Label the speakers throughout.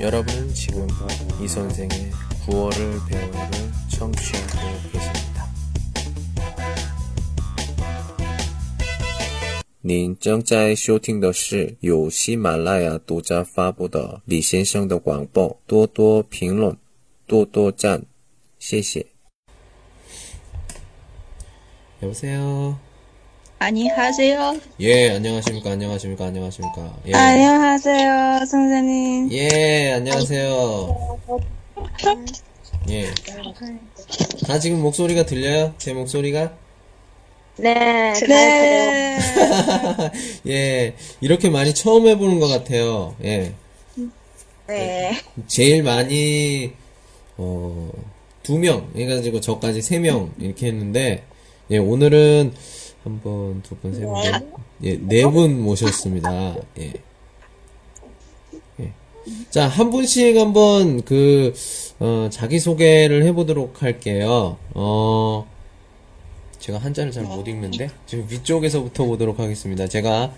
Speaker 1: 여러분 지금 이 선생의 구월을 배우를 청취하고 계십니다. 您正在收听的是由喜马拉雅独家发布的李先生的广播，多多评论，多多赞，谢谢。 여보세요.
Speaker 2: 안녕하세요.
Speaker 1: 예, 안녕하십니까, 안녕하십니까, 안녕하십니까. 예,
Speaker 2: 아, 안녕하세요, 선생님.
Speaker 1: 예, 안녕하세요. 예. 아, 지금 목소리가 들려요? 제 목소리가?
Speaker 3: 네, 잘 들어요.
Speaker 2: 네.
Speaker 1: 예, 이렇게 많이 처음 해보는 것 같아요. 예.
Speaker 3: 네.
Speaker 1: 제일 많이, 어, 두 명, 해가지고 저까지 세 명 이렇게 했는데, 예, 오늘은 한 번, 두 번, 세 번, 네, 예, 네 분 모셨습니다. 예. 예. 자, 한 분씩 한번 그, 어, 자기소개를 해보도록 할게요. 어, 제가 한자를 잘 못 읽는데 지금 위쪽에서부터 보도록 하겠습니다. 제가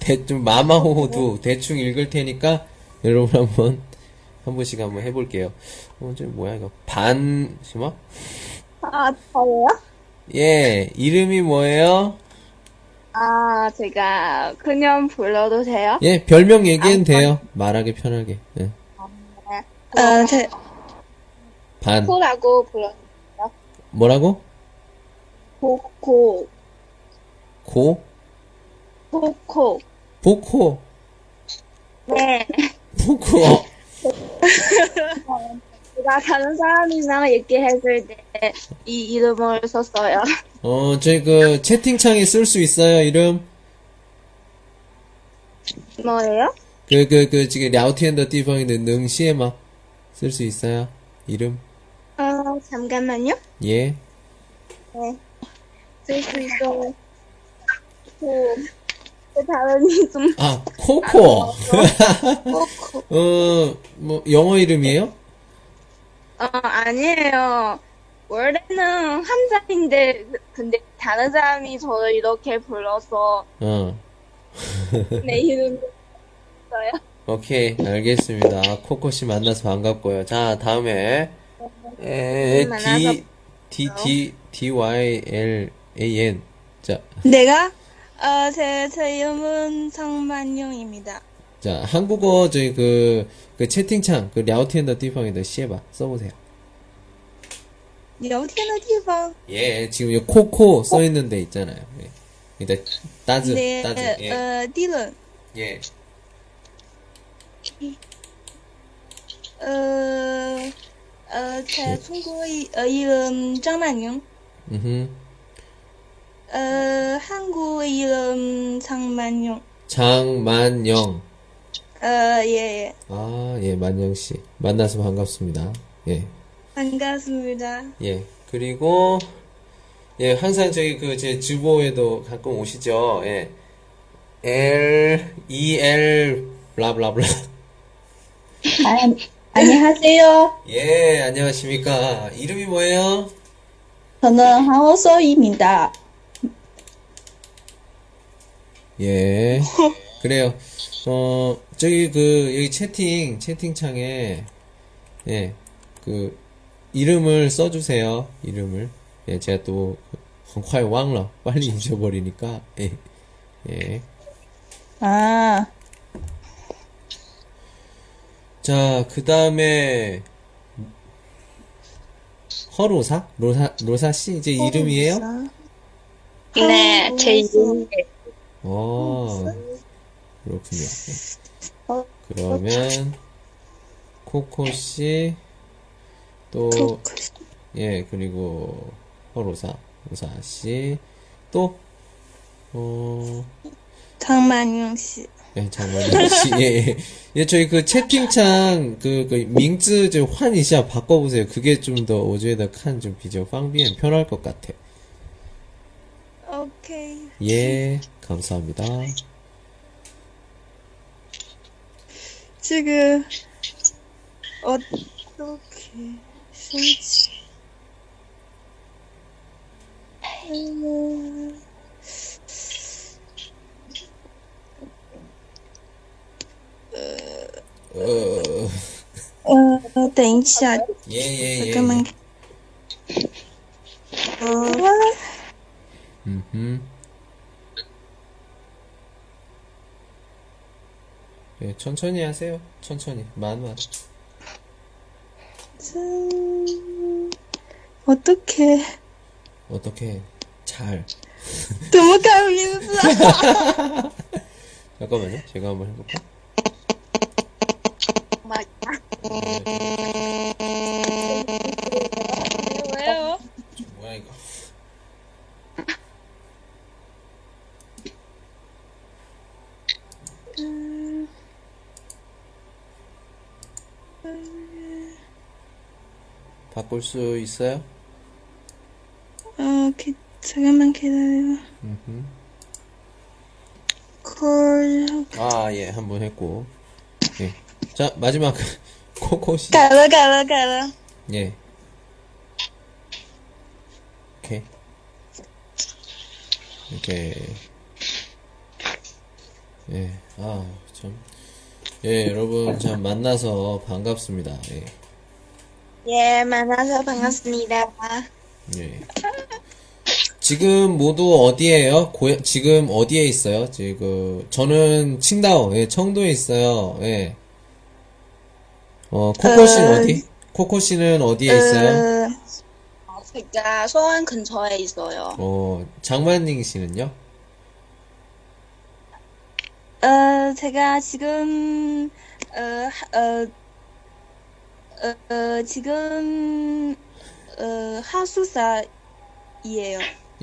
Speaker 1: 대좀 마마호호도 대충 읽을 테니까 여러분 한번 한 번씩 한번 해볼게요. 어, 저 뭐야 이거 반 잠시만
Speaker 3: 아, 저요?
Speaker 1: 예 이름이 뭐예요?
Speaker 3: 아, 제가 그냥 불러도 돼요?
Speaker 1: 예 별명 얘기는 돼요. 말하기 편하게 예.
Speaker 2: 아, 제,
Speaker 1: 반
Speaker 3: 코라고 불러.
Speaker 1: 뭐라고
Speaker 3: 보코,
Speaker 1: 고
Speaker 3: 보코.
Speaker 1: 보코
Speaker 3: 네.
Speaker 1: 보코 어,
Speaker 3: 제가 다른 사람이랑 얘기했을 때 이 이름을 썼어요.
Speaker 1: 어 저희 그 채팅창에 쓸 수 있어요 이름
Speaker 3: 뭐예요?
Speaker 1: 그 그 그 지금 랴오티엔더 띠방에 능시에막 쓸 수 있어요 이름
Speaker 3: 어, 잠깐만요.
Speaker 1: 예
Speaker 3: 네. 쓸수 있어요. 고. 그 다른 이름.
Speaker 1: 아, 코코. 어, 뭐, 영어 이름이에요?
Speaker 3: 어, 아니에요. 원래는 한자인데, 근데 다른 사람이 저를 이렇게 불러서
Speaker 1: 어.
Speaker 3: 내 이름을 써요.
Speaker 1: 오케이, 알겠습니다. 아, 코코씨 만나서 반갑고요. 자, 다음에. 에,
Speaker 3: 음, 만나서
Speaker 1: D, D, D, D, Y, L, A, N. 자,
Speaker 2: 내가, 아, 제, 제 이름은 성만용입니다.
Speaker 1: 자, 한국어 저희 그, 그 채팅창, 그 랴오티엔더 띠팡에다 씨해봐. 써보세요.
Speaker 2: 聊天的地方,
Speaker 1: 예, 지금 이 코코 써있는데 있잖아요. 예. 일단, 따즈,
Speaker 2: 네,
Speaker 1: 따즈.
Speaker 3: 그,
Speaker 1: 예.
Speaker 2: 어, Dylan,
Speaker 1: 예.
Speaker 2: 어, 어, 제 중국의 어, 이름 장만용,
Speaker 1: 음흠.
Speaker 2: 어, 한국의 이름 성만용,
Speaker 1: 장만영.
Speaker 2: 어, 예, 예.
Speaker 1: 아, 예, 만영 씨. 만나서 반갑습니다. 예.
Speaker 2: 반갑습니다.
Speaker 1: 예. 그리고 예, 항상 저희 그 제 주보에도 가끔 오시죠. 예. L E L 블라블라블라.
Speaker 4: 아, 안녕하세요.
Speaker 1: 예, 안녕하십니까? 이름이 뭐예요?
Speaker 4: 저는 황호서입니다.
Speaker 1: 예. 그래요. 어, 저기 그 여기 채팅 채팅창에 예. 그 이름을 써 주세요. 이름을. 예, 제가 또快왕러 빨리 잊어버리니까. 예. 예.
Speaker 4: 아,
Speaker 1: 자, 그 그다음에 허로사? 로사 로사 씨 이제
Speaker 2: 어,
Speaker 1: 이름이에요?
Speaker 3: 네, 제 이름이.
Speaker 1: 어. 그렇군요. 예. 그러면 코코 씨
Speaker 2: 그
Speaker 1: 또, 예, 그리고, 허로사, 로사 씨, 또, 어,
Speaker 2: 장만용 씨.
Speaker 1: 예, 장만영 씨, 예, 예. 예, 저희 그 채팅창, 그, 그, 밍즈 좀 환이샤 바꿔보세요. 그게 좀 더 오즈에다 칸 좀 비교 빵비엔 편할 것 같아.
Speaker 2: 오케이.
Speaker 1: 예, 감사합니다. 어,
Speaker 2: 지금 어떻게 신지? 음,
Speaker 1: 어,
Speaker 2: 어, 等一下，
Speaker 1: 예, 예, 예.
Speaker 2: 잠깐만.
Speaker 1: 예.
Speaker 2: 어,
Speaker 1: 음흠. 예, 천천히 하세요. 천천히. 만만.
Speaker 2: 짠. 어떡해.
Speaker 1: 어떻게 잘.
Speaker 2: 등록할 민수.
Speaker 1: 잠깐만요. 제가 한번 해볼까?
Speaker 3: 왜요?
Speaker 1: 뭐야 이거? 바꿀 수 있어요?
Speaker 2: 어, 기, 잠깐만 기다려.
Speaker 1: 음흠.
Speaker 2: 콜.
Speaker 1: 아, 예, 한 번 했고. 예. 자, 마지막. 코코시.
Speaker 2: 改了，改了，改了。
Speaker 1: 예. 오케이. 이렇게. 예, 아, 참. 예, 여러분, 참, 만나서 반갑습니다. 예.
Speaker 2: 예, 만나서 반갑습니다.
Speaker 1: 예. 지금 모두 어디에요? 고 지금 어디에 있어요? 지금 저는 칭다오, 예, 청도에 있어요. 예. 어, 코코 씨는
Speaker 2: 어,
Speaker 1: 어디? 코코 씨는 어디에 있어요?
Speaker 3: 아, 제가 소원 근처에 있어요.
Speaker 1: 어, 장만닝 씨는요?
Speaker 2: 어, 제가 지금, 어, 하- 어, 어, 어, 지금, 어, 하수사이에요.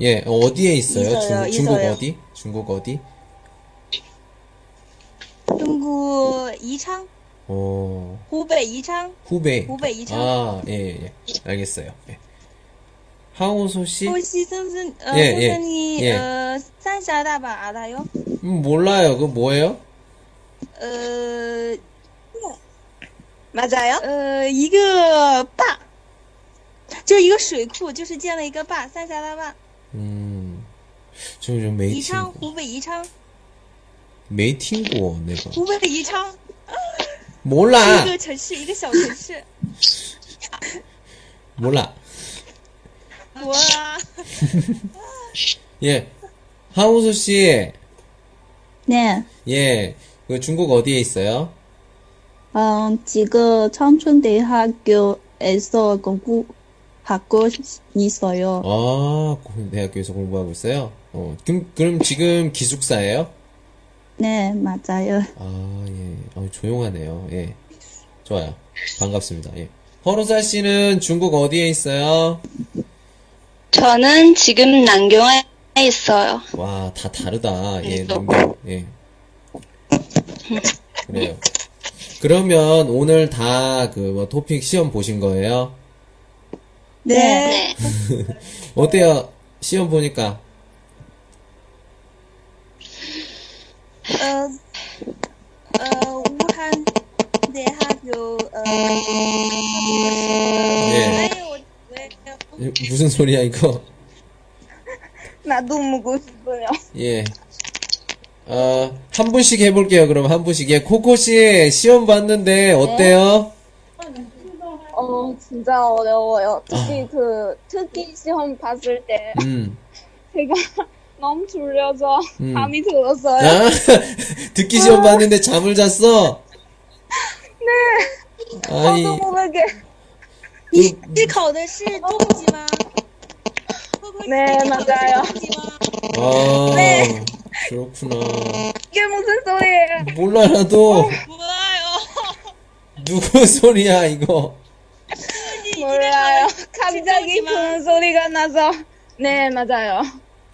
Speaker 1: 예, 어, 어디에 있어요?
Speaker 2: 있어요,
Speaker 1: 중, 중국
Speaker 2: 있어요.
Speaker 1: 어디? 중국 어디?
Speaker 2: 중국 이창?
Speaker 1: 어,
Speaker 2: 湖北 이창?
Speaker 1: 후베이.
Speaker 2: 후베이 이장?
Speaker 1: 아, 예, 예. 알겠어요. 예. 하오소 씨?
Speaker 2: 혹시 선생, 어,
Speaker 1: 예, 예,
Speaker 2: 선생님,
Speaker 1: 예.
Speaker 2: 어, 산샤다바 알아요?
Speaker 1: 음, 몰라요. 그거 뭐예요?
Speaker 2: 어,
Speaker 3: 맞아요?
Speaker 2: 呃，一个坝，就是一个水库，就是建了一个坝，三峡大坝，
Speaker 1: 음, 저는 좀
Speaker 4: 네,
Speaker 2: 宜
Speaker 1: 메이팅.
Speaker 2: 昌，湖北宜昌，
Speaker 1: 메이팅고, 내가.
Speaker 2: 湖北宜昌，一
Speaker 4: 아.
Speaker 1: 몰라!
Speaker 2: 个城市，一个小城市。
Speaker 1: 몰라.
Speaker 2: 哇，
Speaker 1: 예. 하우수 씨,
Speaker 4: 네.
Speaker 1: 예. 그 중국 어디에 있어요?
Speaker 4: 어, 지금 청춘대학교에서 공부하고 있어요.
Speaker 1: 아, 고- 대학교에서 공부하고 있어요? 어, 그럼, 그럼 지금 기숙사예요?
Speaker 4: 네, 맞아요.
Speaker 1: 아, 예. 어, 조용하네요. 예. 좋아요. 반갑습니다. 예. 허로사 씨는 중국 어디에 있어요?
Speaker 5: 저는 지금 남경에 있어요.
Speaker 1: 와, 다 다르다. 예, 능력. 예. 그래요. 그러면 오늘 다 그 뭐 토픽 시험 보신 거예요?
Speaker 4: 네.
Speaker 5: 네.
Speaker 1: 어때요? 시험 보니까
Speaker 3: 어,
Speaker 2: 呃，呃，武汉的哈有
Speaker 3: 어,
Speaker 2: 呃，
Speaker 4: 네.
Speaker 3: 네,
Speaker 1: 예.
Speaker 2: 哎，我我也没有
Speaker 1: 무슨 소리야 이거?
Speaker 2: 나도 먹고 싶어요.
Speaker 1: 예. 어, 한 분씩 해볼게요. 그럼 한 분씩. 예, 코코 씨 시험 봤는데 어때요?
Speaker 3: 어, 진짜 어려워요.
Speaker 1: 특히
Speaker 3: 그 특기 시험 봤을 때
Speaker 1: 음.
Speaker 3: 제가 너무 졸려서
Speaker 1: 음.
Speaker 3: 밤이 들었어요.
Speaker 1: 아, 듣기 시험 봤는데 잠을 잤어? 네. 아니,
Speaker 3: 모르게.
Speaker 2: 你你考的是中级吗？会不会
Speaker 3: 네
Speaker 2: 你考的
Speaker 3: 맞아요.
Speaker 2: 是中级吗？
Speaker 1: 아, 그렇구나.
Speaker 3: 이게 무슨 소리예요?
Speaker 1: 몰라, 나도.
Speaker 2: 不爱哦，
Speaker 1: 누구 소리야, 이거.
Speaker 3: 몰라요. 갑자기 그런 아, 소리가 나서. 네 맞아요.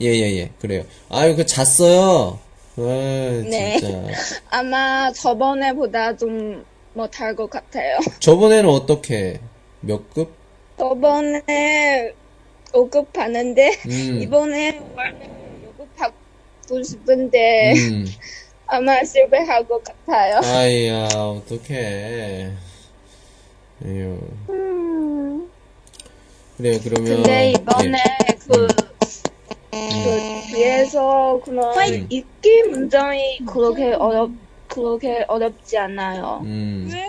Speaker 1: 예, 예, 예. 그래요. 아유, 그 잤어요. 아,
Speaker 3: 네.
Speaker 1: 진짜.
Speaker 3: 아마 저번에보다 좀 못할 것 같아요.
Speaker 1: 저번에는 어떻게? 몇 급?
Speaker 3: 저번에 5급 봤는데
Speaker 1: 음.
Speaker 3: 이번에 원래 6급 받고 싶은데
Speaker 1: 음.
Speaker 3: 아마 실패할 것 같아요.
Speaker 1: 아이야, 어떡해. 에휴. 그래요, 그러면.
Speaker 3: 음.
Speaker 1: 예.
Speaker 3: 근데 이번에 그, 그 네. 뒤에서 그런 읽기 문장이 그렇게 어렵 그렇게 어렵지 않아요.
Speaker 1: 예. 음.
Speaker 2: 喂喂，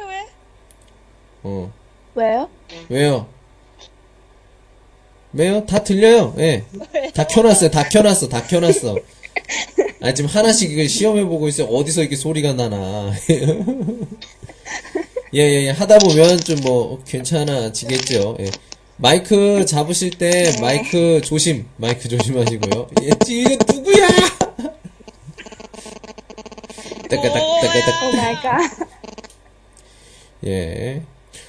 Speaker 1: 어.
Speaker 6: 왜요?
Speaker 1: 왜요? 왜요? 다 들려요. 예. 다 켜놨어요. 다 켜놨어. 다 켜놨어. 아, 지금 하나씩 이거 시험해보고 있어요. 어디서 이렇게 소리가 나나. 예, 예, 예. 하다 보면 좀 뭐, 괜찮아지겠죠. 예. 마이크 잡으실 때 마이크 조심. 마이크 조심하시고요. 예, 지- 이거 누구야!
Speaker 6: 어,
Speaker 1: 따까닥, 따까닥.
Speaker 3: 아,
Speaker 6: 오 마이 갓.
Speaker 1: 예.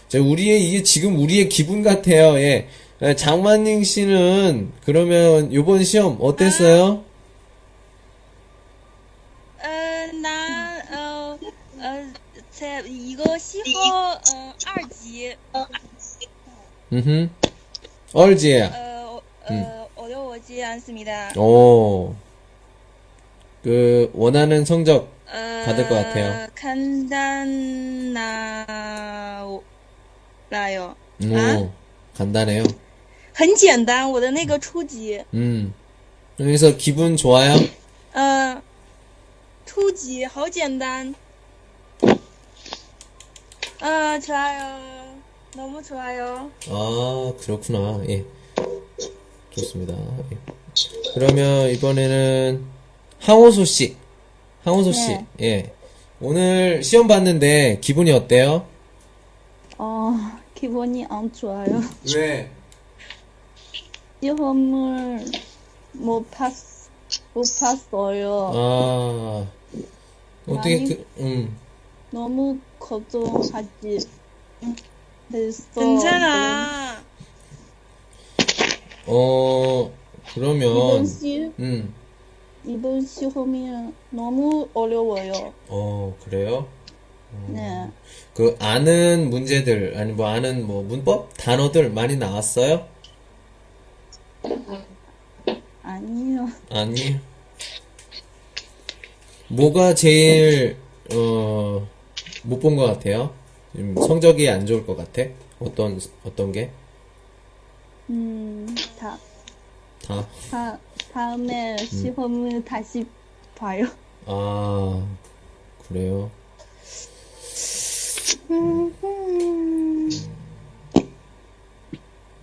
Speaker 1: 자, 우리의, 이게 지금 우리의 기분 같아요. 예. 예, 장만ning 씨는, 그러면, 요번 시험 어땠어요?
Speaker 2: 呃，拿呃呃，才一个西高嗯二级，
Speaker 1: 음흠. 얼지예요.
Speaker 2: 呃呃，我六我级安思密达，
Speaker 1: 오. 그, 원하는 성적.
Speaker 2: 呃，
Speaker 1: 받을것같아요
Speaker 2: 看单拿哪有？
Speaker 1: 오.
Speaker 2: 아?
Speaker 1: 간단해요.
Speaker 2: 很简单，我的那个初级，
Speaker 1: 음. 그래서 기분 좋아요?
Speaker 2: 嗯、呃，初级好简单。嗯、呃，出来哟，能不出来哟？
Speaker 1: 아, 그렇구나. 예. 좋습니다. 예. 그러면 이번에는 항호소 씨. 항호소 씨.
Speaker 7: 네.
Speaker 1: 예. 오늘 시험 봤는데 기분이 어때요?
Speaker 7: 어, 기분이 안 좋아요.
Speaker 1: 왜?
Speaker 7: 시험을 못 봤, 못 봤어요.
Speaker 1: 아. 어떻게
Speaker 7: 많이-
Speaker 1: 그, 음.
Speaker 7: 너무 걱정하지. 됐어.
Speaker 2: 等着啦。
Speaker 1: 어,
Speaker 7: 이번
Speaker 1: 그러면
Speaker 7: 시,
Speaker 1: 음.
Speaker 7: 이번 시험이 너무 어려워요.
Speaker 1: 어, 그래요? 어.
Speaker 7: 네.
Speaker 1: 그 아는 문제들 아니 뭐 아는 뭐 문법 단어들 많이 나왔어요?
Speaker 7: 아니요.
Speaker 1: 아니. 뭐가 제일 어, 못 본 것 같아요? 지금 성적이 안 좋을 것 같아? 어떤 어떤 게?
Speaker 2: 嗯
Speaker 7: 음, 다,
Speaker 1: 다.
Speaker 7: 다, 다음에 시험을 다시 봐요.
Speaker 1: 아 그래요.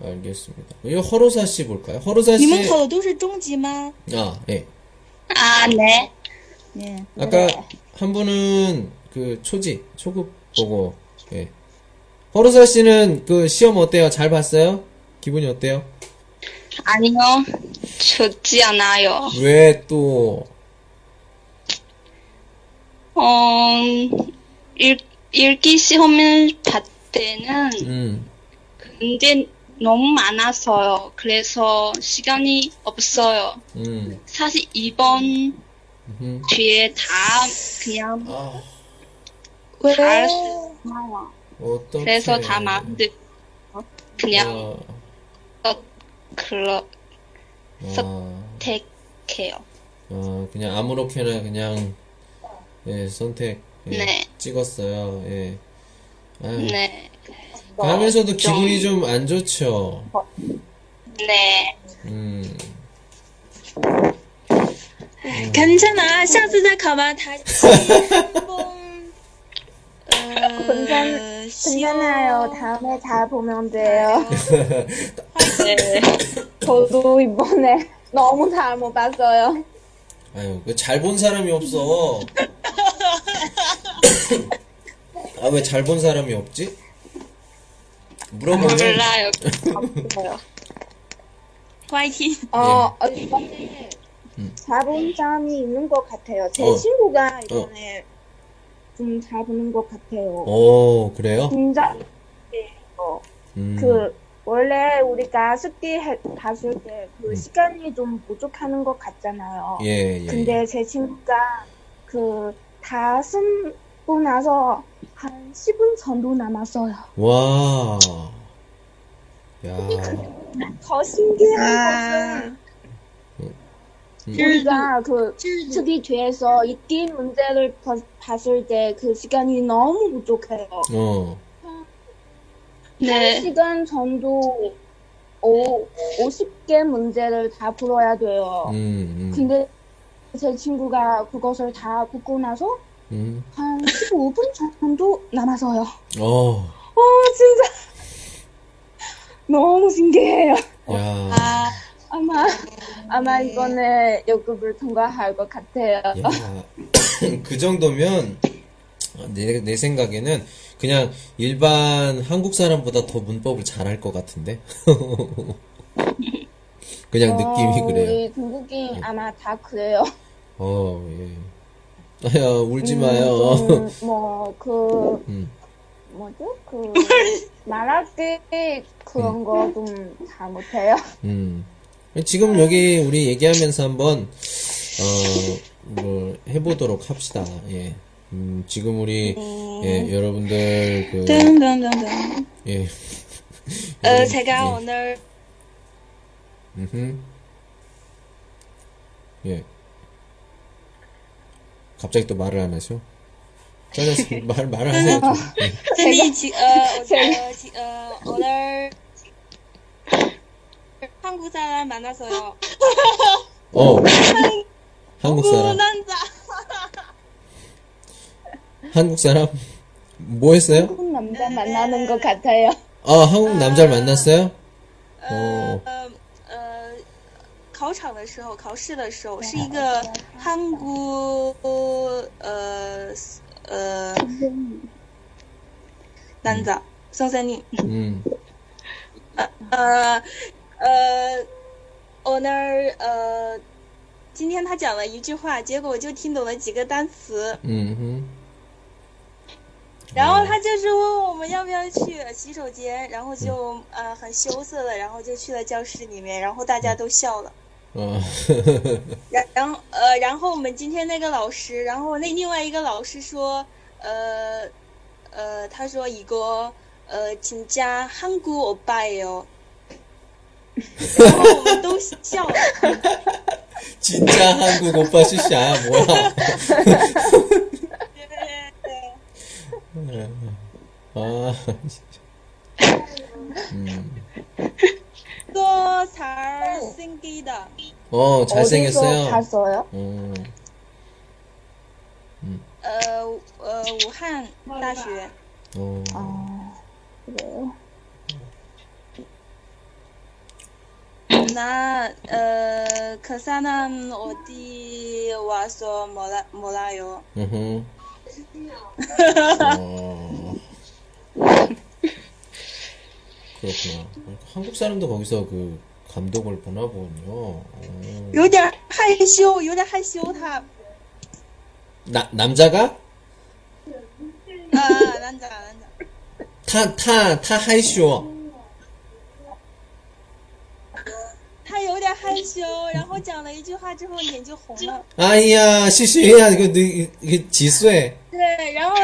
Speaker 1: 알겠습니다. 이거 허로사 씨 볼까요? 허로사 씨
Speaker 2: 你们考的都是中级吗？
Speaker 1: 아, 예.
Speaker 5: 아, 네.
Speaker 7: 네.
Speaker 1: 아까 한 분은 그 초지, 초급 보고, 예. 허르사 씨는 그 시험 어때요? 잘 봤어요? 기분이 어때요?
Speaker 5: 아니요. 좋지 않아요.
Speaker 1: 왜 또,
Speaker 5: 어, 읽, 읽기 시험을 봤 때는
Speaker 1: 음,
Speaker 5: 문제 너무 많아서요. 그래서 시간이 없어요.
Speaker 1: 음,
Speaker 5: 사실 이번
Speaker 1: 음.
Speaker 5: 뒤에 다 그냥
Speaker 1: 아,
Speaker 5: 다
Speaker 2: 哎
Speaker 5: 할 수 있어요.
Speaker 1: 어떡해.
Speaker 5: 그래서 다 마음대로 그냥
Speaker 1: 아,
Speaker 5: 어, 그러
Speaker 1: 아,
Speaker 5: 택해요.
Speaker 1: 아, 그냥 아무렇게나 그냥, 예, 선택, 예,
Speaker 5: 네.
Speaker 1: 찍었어요, 예. 아,
Speaker 5: 네.
Speaker 1: 하면서도 기분이 좀 안 좋죠?
Speaker 5: 네.
Speaker 1: 음,
Speaker 2: 赶紧拿，下次再考吧。他呃，
Speaker 6: 괜찮아요.
Speaker 2: 修
Speaker 6: 다음에 잘 보면 돼요.
Speaker 5: 네.
Speaker 6: 저도 이번에 너무 잘 못 봤어요.
Speaker 1: 아유, 잘 본 사람이 없어. 아, 왜 잘 본 사람이 없지? 물어보면
Speaker 5: 몰라요. 없어요.
Speaker 1: 예.
Speaker 2: YT
Speaker 6: 어, 어, 이번에 잘 보는 사람이 있는 것 같아요. 제
Speaker 1: 네. 어.
Speaker 6: 친구가 이번에 좀 잘 보는 것 같아요.
Speaker 1: 어. 오, 그래요?
Speaker 6: 진짜 어,
Speaker 1: 음.
Speaker 6: 그 원래 우리가 숙제해 봤을 때 그 시간이 좀 부족하는 것 같잖아요.
Speaker 1: 음. 예, 예.
Speaker 6: 근데 제 친구가 그 다 쓰고 나서 한 10분 정도 남았어요.
Speaker 1: 와. 야.
Speaker 6: 더
Speaker 2: 아.
Speaker 6: 신기한
Speaker 2: 嗯
Speaker 6: 것은 우리가 그 특히 뒤에서 이게 문제를 봐- 봤을 때 그 시간이 너무 부족해요.
Speaker 1: 어.
Speaker 5: 네.
Speaker 6: 시간 정도 오, 50개 문제를 다 풀어야 돼요.
Speaker 1: 음, 음.
Speaker 6: 근데 제 친구가 그것을 다 굽고 나서
Speaker 1: 음.
Speaker 6: 한 15분 정도 남았어요.
Speaker 1: 어.
Speaker 6: 어, 진짜 너무 신기해요.
Speaker 1: 야,
Speaker 8: 아,
Speaker 6: 아마 아마 이번에 역급을 통과할 것 같아요.
Speaker 1: 야. 그 정도면 내, 내 생각에는 그냥 일반 한국 사람보다 더 문법을 잘할 것 같은데. 그냥 예, 느낌이
Speaker 6: 어,
Speaker 2: 예.
Speaker 1: 그래요. 예.
Speaker 6: 우리 중국인 아마 다 그래요.
Speaker 1: 어, 예. 아야, 울지
Speaker 2: 음,
Speaker 1: 마요.
Speaker 2: 어.
Speaker 6: 음, 뭐그
Speaker 1: 음.
Speaker 6: 뭐죠? 그 말할 때 그런 거 좀 다 못해요.
Speaker 1: 음. 지금 여기 우리 얘기하면서 한번 어, 뭐 해보도록 합시다. 예. 음, 지금 우리 예, 여러분들 그
Speaker 8: 噔噔噔噔，
Speaker 1: 예.
Speaker 2: 음. 어,
Speaker 1: 여러분,
Speaker 2: 제가
Speaker 1: 예.
Speaker 2: 오늘
Speaker 1: 음. 예. 갑자기 또 말을 안 하셔? 짜증 말 말을 하세요. 좀. 예.
Speaker 2: 선생님 지, 어, 오늘, 어, 지, 어, 오늘 呃 한국 사람 만나서요.
Speaker 1: 어. 한국 사람.
Speaker 2: 군남자.
Speaker 1: 한국 사람 뭐 했어요?
Speaker 6: 한국 남자 만나는 것 같아요.
Speaker 1: 아, 한국 남자를 만났어요? 어.
Speaker 2: 呃呃，考场的时候，考试的时候，是一个韩国呃呃男的，宋三林，
Speaker 1: 음.
Speaker 2: 呃呃我那儿呃，今天他讲了一句话，结果我就听懂了几个单词，
Speaker 1: 음.
Speaker 2: 然后他就是问我们要不要去洗手间，然后就呃很羞涩的，然后就去了教室里面，然后大家都笑了。
Speaker 1: 어.
Speaker 2: 然然后呃，然后我们今天那个老师，然后那另外一个老师说，呃呃，他说一个呃，请加韩国欧巴哟，然后我们都笑了。
Speaker 1: 진짜 한국 오빠 슈샤 뭐야?
Speaker 2: 对对对，
Speaker 1: 아. 진짜. 음.
Speaker 2: 多才生给的，
Speaker 1: 어,
Speaker 6: 어디서
Speaker 1: 잘생겼어요.
Speaker 6: 봤어요?
Speaker 1: 어.
Speaker 2: 呃呃，武汉大学，
Speaker 1: 어.
Speaker 6: 아. 그래요.
Speaker 2: 那呃，可是呢，我的话说莫拉莫拉哟，
Speaker 1: 으흠. 어. 그렇구나. 한국 사람도 거기서 그 감독을 보나 보군요. 어.
Speaker 2: 有点害羞，有点害羞他，
Speaker 1: 나, 남자가
Speaker 2: 啊，男的男的。
Speaker 1: 타, 타, 타 하이쇼.
Speaker 2: 他有点害羞，然后讲了一句话之后脸就红了。
Speaker 1: 아이야, 시시야, 이거, 이 이거 지수해.
Speaker 2: 对，然后，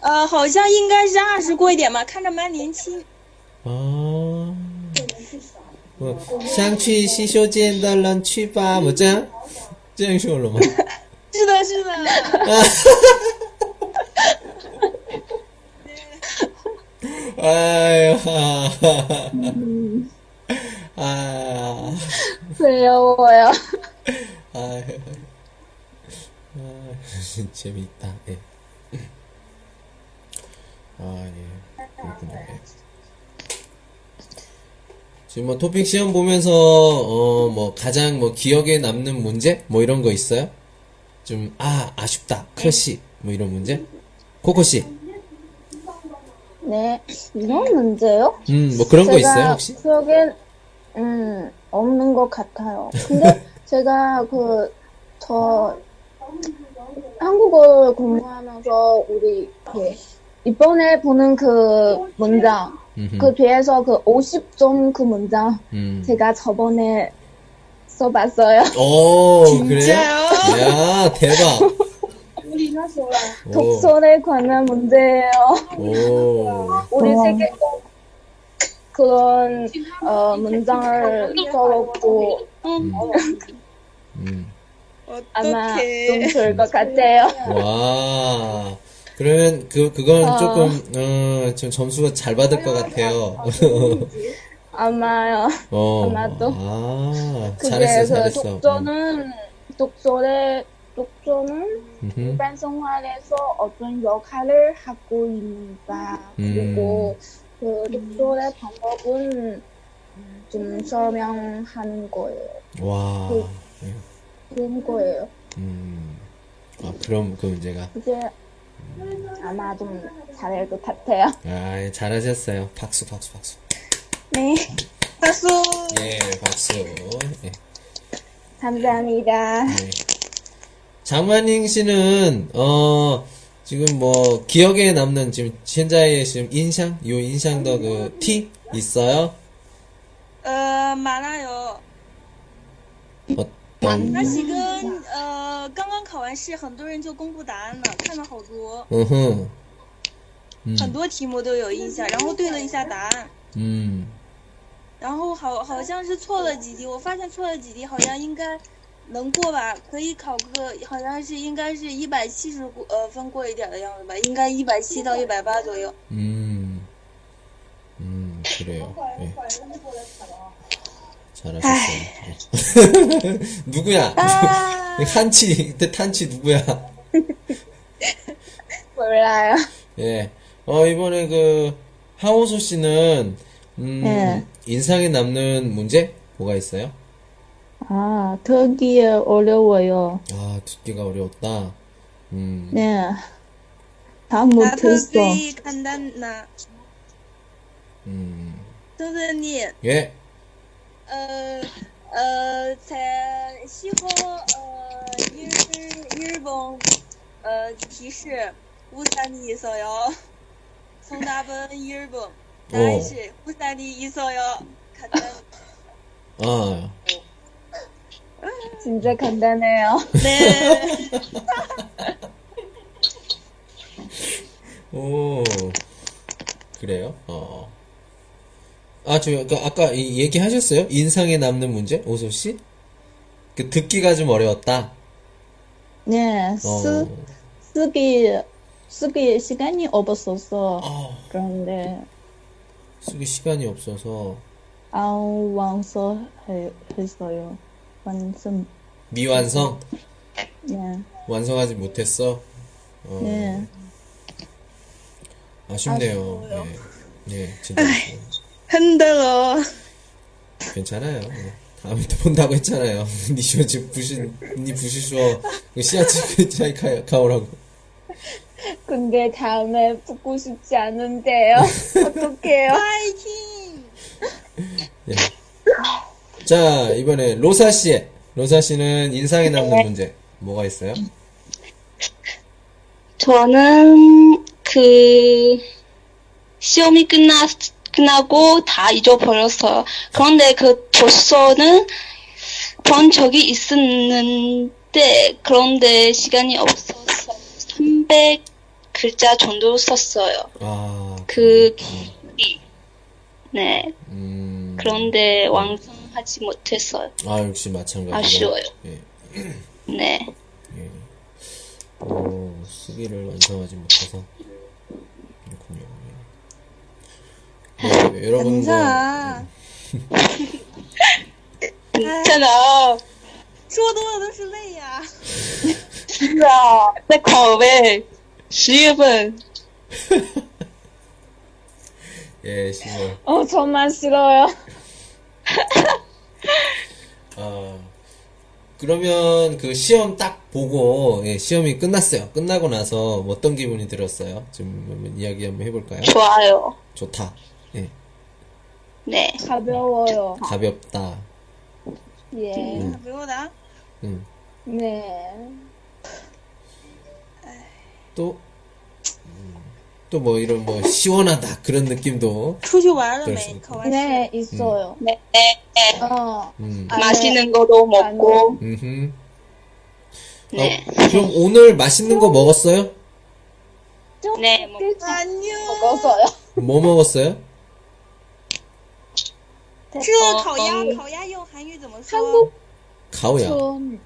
Speaker 2: 呃，好像应该是二十过一点吧，看着蛮年轻。
Speaker 1: 아. 뭐, 상취 시쇼젠 달란 취바, 뭐짱? 짱쇼로만.
Speaker 2: 是的，是的。
Speaker 1: 哎 아유, 아. 아.
Speaker 6: 귀여워요.
Speaker 1: 아, 아, 재미있다. 예. 아, 예. 그렇군요. 예. 지금 뭐 토픽 시험 보면서 어 뭐 가장 뭐 기억에 남는 문제 뭐 이런 거 있어요? 좀 아 아쉽다 크러쉬 뭐 이런 문제? 코코 씨,
Speaker 6: 네, 이런 문제요?
Speaker 1: 음뭐 그런 거 있어요
Speaker 6: 제가
Speaker 1: 혹시?
Speaker 6: 기억엔 음 없는 것 같아요. 근데 제가 그 저 한국어 공부하면서 우리 그 이번에 보는 그 문장
Speaker 1: 음흠,
Speaker 6: 그 뒤에서 그 50점 그 문장
Speaker 1: 음.
Speaker 6: 제가 저번에 써봤어요.
Speaker 1: 오 그래요? 야 대박. 오,
Speaker 6: 독서에 관한 문제예요.
Speaker 1: 오.
Speaker 6: 우리
Speaker 2: 어.
Speaker 6: 세계적 그런 어, 문장을 써놓고
Speaker 5: 어.
Speaker 1: 음.
Speaker 6: 아마 좀
Speaker 2: 어떡해.
Speaker 6: 좋을 것 같아요.
Speaker 1: 와. 그러면 그 그건
Speaker 6: 아.
Speaker 1: 조금 어, 좀 점수가 잘 받을 것 같아요.
Speaker 6: 아마요.
Speaker 1: 어.
Speaker 6: 아마도.
Speaker 1: 아,
Speaker 6: 그게
Speaker 1: 잘했어,
Speaker 6: 그
Speaker 1: 잘했어.
Speaker 6: 독서는 독서의 독서는
Speaker 1: 음.
Speaker 6: 일반 생활에서 어떤 역할을 하고 있는가
Speaker 1: 음.
Speaker 6: 그리고
Speaker 3: 그 독도의 방법은 좀 설명하는 거예요.
Speaker 1: 와.
Speaker 6: 그
Speaker 1: 예.
Speaker 3: 그런 거예요.
Speaker 1: 음. 아, 그럼 그 문제가.
Speaker 3: 이제 아마 좀 잘할 것 같아요.
Speaker 1: 아, 예, 잘하셨어요. 박수, 박수, 박수.
Speaker 3: 네,
Speaker 2: 박수.
Speaker 1: 예, 박수. 예.
Speaker 3: 감사합니다.
Speaker 1: 네. 장만잉 씨는 어 지금 뭐 기억에 남는 지금 현재의 지금 인상 요 인상도 그 티 있어요?
Speaker 2: 어, 많아요. 那
Speaker 1: 어떤
Speaker 2: 喜哥，呃，刚刚考完试，很多人就公布答案了，看了好多，
Speaker 1: 어허
Speaker 2: 很
Speaker 4: 아,
Speaker 1: 음,
Speaker 2: 多题目都有印象，然后对了一下答案，
Speaker 1: 음.
Speaker 2: 然后好好像是错了几题，我发现错了几题，好像应该能过吧，可以考个好像是应该是一百七十呃分过一点的样子吧，应该一百七到一百八左右。
Speaker 1: 음. 음,
Speaker 4: 아,
Speaker 1: 그래요.
Speaker 4: 뭐,
Speaker 1: 예. 잘하셨어요. 예. 누구야?
Speaker 4: 아.
Speaker 1: 嗯 한치, 탄치 누구야?
Speaker 3: 몰라요.
Speaker 1: 예. 어, 이번에 그, 하오소 씨는, 음,
Speaker 4: 네.
Speaker 1: 인상에 남는 문제? 뭐가 있어요?
Speaker 4: 아, 되게 어려워요.
Speaker 1: 아, 듣기가 어려웠다. 음,
Speaker 4: 네. 다
Speaker 3: 아,
Speaker 2: 答对
Speaker 4: 못했어.
Speaker 2: 最简单呢，
Speaker 1: 음.
Speaker 2: 就是你
Speaker 1: 예.
Speaker 2: 呃呃，才西方呃日日本呃提示五三一所有，从那本日本，但是五三一所有，看到
Speaker 1: 아,
Speaker 3: 진짜 간단해요.
Speaker 2: 네
Speaker 1: 오. 그래요? 어. 아, 저, 아까, 아까 이- 얘기하셨어요? 인상에 남는 문제? 오소 씨? 그, 듣기가 좀 어려웠다.
Speaker 4: 네,
Speaker 1: 어.
Speaker 4: 쓰, 쓰기, 쓰기 시간이 없었어.
Speaker 1: 아,
Speaker 4: 그런데,
Speaker 1: 쓰기 시간이 없어서.
Speaker 4: 아, 완성했어요. 완성.
Speaker 1: 미완성?
Speaker 4: 네,
Speaker 1: 완성하지 못했어? 어.
Speaker 4: 네.
Speaker 1: 아쉽네요. 예. 예, 진짜. 아쉽네요.
Speaker 2: 흔들어
Speaker 1: 괜찮아요. 예. 다음에 또 본다고 했잖아요. 니시오 지금 부신, 니 부시쇼, 그 씨앗집 차이 가, 가오라고.
Speaker 3: 근데 다음에 붙고 싶지 않은데요. 어떡해요?
Speaker 2: 파이팅
Speaker 1: 예. 자, 이번에 로사씨. 로사씨는 인상에 남는
Speaker 5: 네.
Speaker 1: 문제. 뭐가 있어요?
Speaker 5: 저는 그 시험이 끝나 끝나고 다 잊어버렸어요. 그런데 그 도서는 본 적이 있었는데 그런데 시간이 없어서 300 글자 정도 썼어요.
Speaker 1: 아.
Speaker 5: 그 네.
Speaker 1: 음.
Speaker 5: 그런데 완성하지 못했어요.
Speaker 1: 아, 역시 마찬가지로.
Speaker 5: 아쉬워요.
Speaker 1: 예.
Speaker 5: 네.
Speaker 1: 예. 어, 수기를 완성하지 못해서. 그렇군요. 예. 네, 여러분도.
Speaker 2: 자
Speaker 5: 괜찮아.
Speaker 2: 哎说多了都是泪呀、
Speaker 5: 야, 내 거왜 10분
Speaker 1: 예, 심해요.
Speaker 3: 어, 정말 싫어요.
Speaker 1: 아, 그러면 그 시험 딱 보고, 예, 시험이 끝났어요. 끝나고 나서 어떤 기분이 들었어요? 지금 한번 이야기 한번 해볼까요?
Speaker 5: 좋아요.
Speaker 1: 좋다. 예,
Speaker 5: 네.
Speaker 3: 가벼워요.
Speaker 1: 가볍다.
Speaker 6: 嗯
Speaker 3: 예.
Speaker 2: 哎不用的，啊
Speaker 1: 음.
Speaker 3: 네.
Speaker 1: 또, 또 뭐 이런 뭐 시원하다. 그런 느낌도.
Speaker 2: 出去玩了没
Speaker 1: 对？
Speaker 2: 考完试。
Speaker 3: 네, 있어요.
Speaker 5: 네. 네.
Speaker 3: 어,
Speaker 1: 음.
Speaker 3: 아,
Speaker 5: 맛있는 거도 먹고
Speaker 1: 음흠. 어,
Speaker 5: 네.
Speaker 1: 그럼 오늘 맛있는 거 먹었어요?
Speaker 3: 좀
Speaker 5: 네, 뭐-
Speaker 3: 깨끗이
Speaker 2: 안녕，
Speaker 3: 먹었어요.
Speaker 1: 뭐 먹었어요?
Speaker 2: 这烤鸭
Speaker 5: 嗯
Speaker 2: 烤鸭用韩语怎么说？
Speaker 3: 한국
Speaker 1: 가오야.
Speaker 3: 좀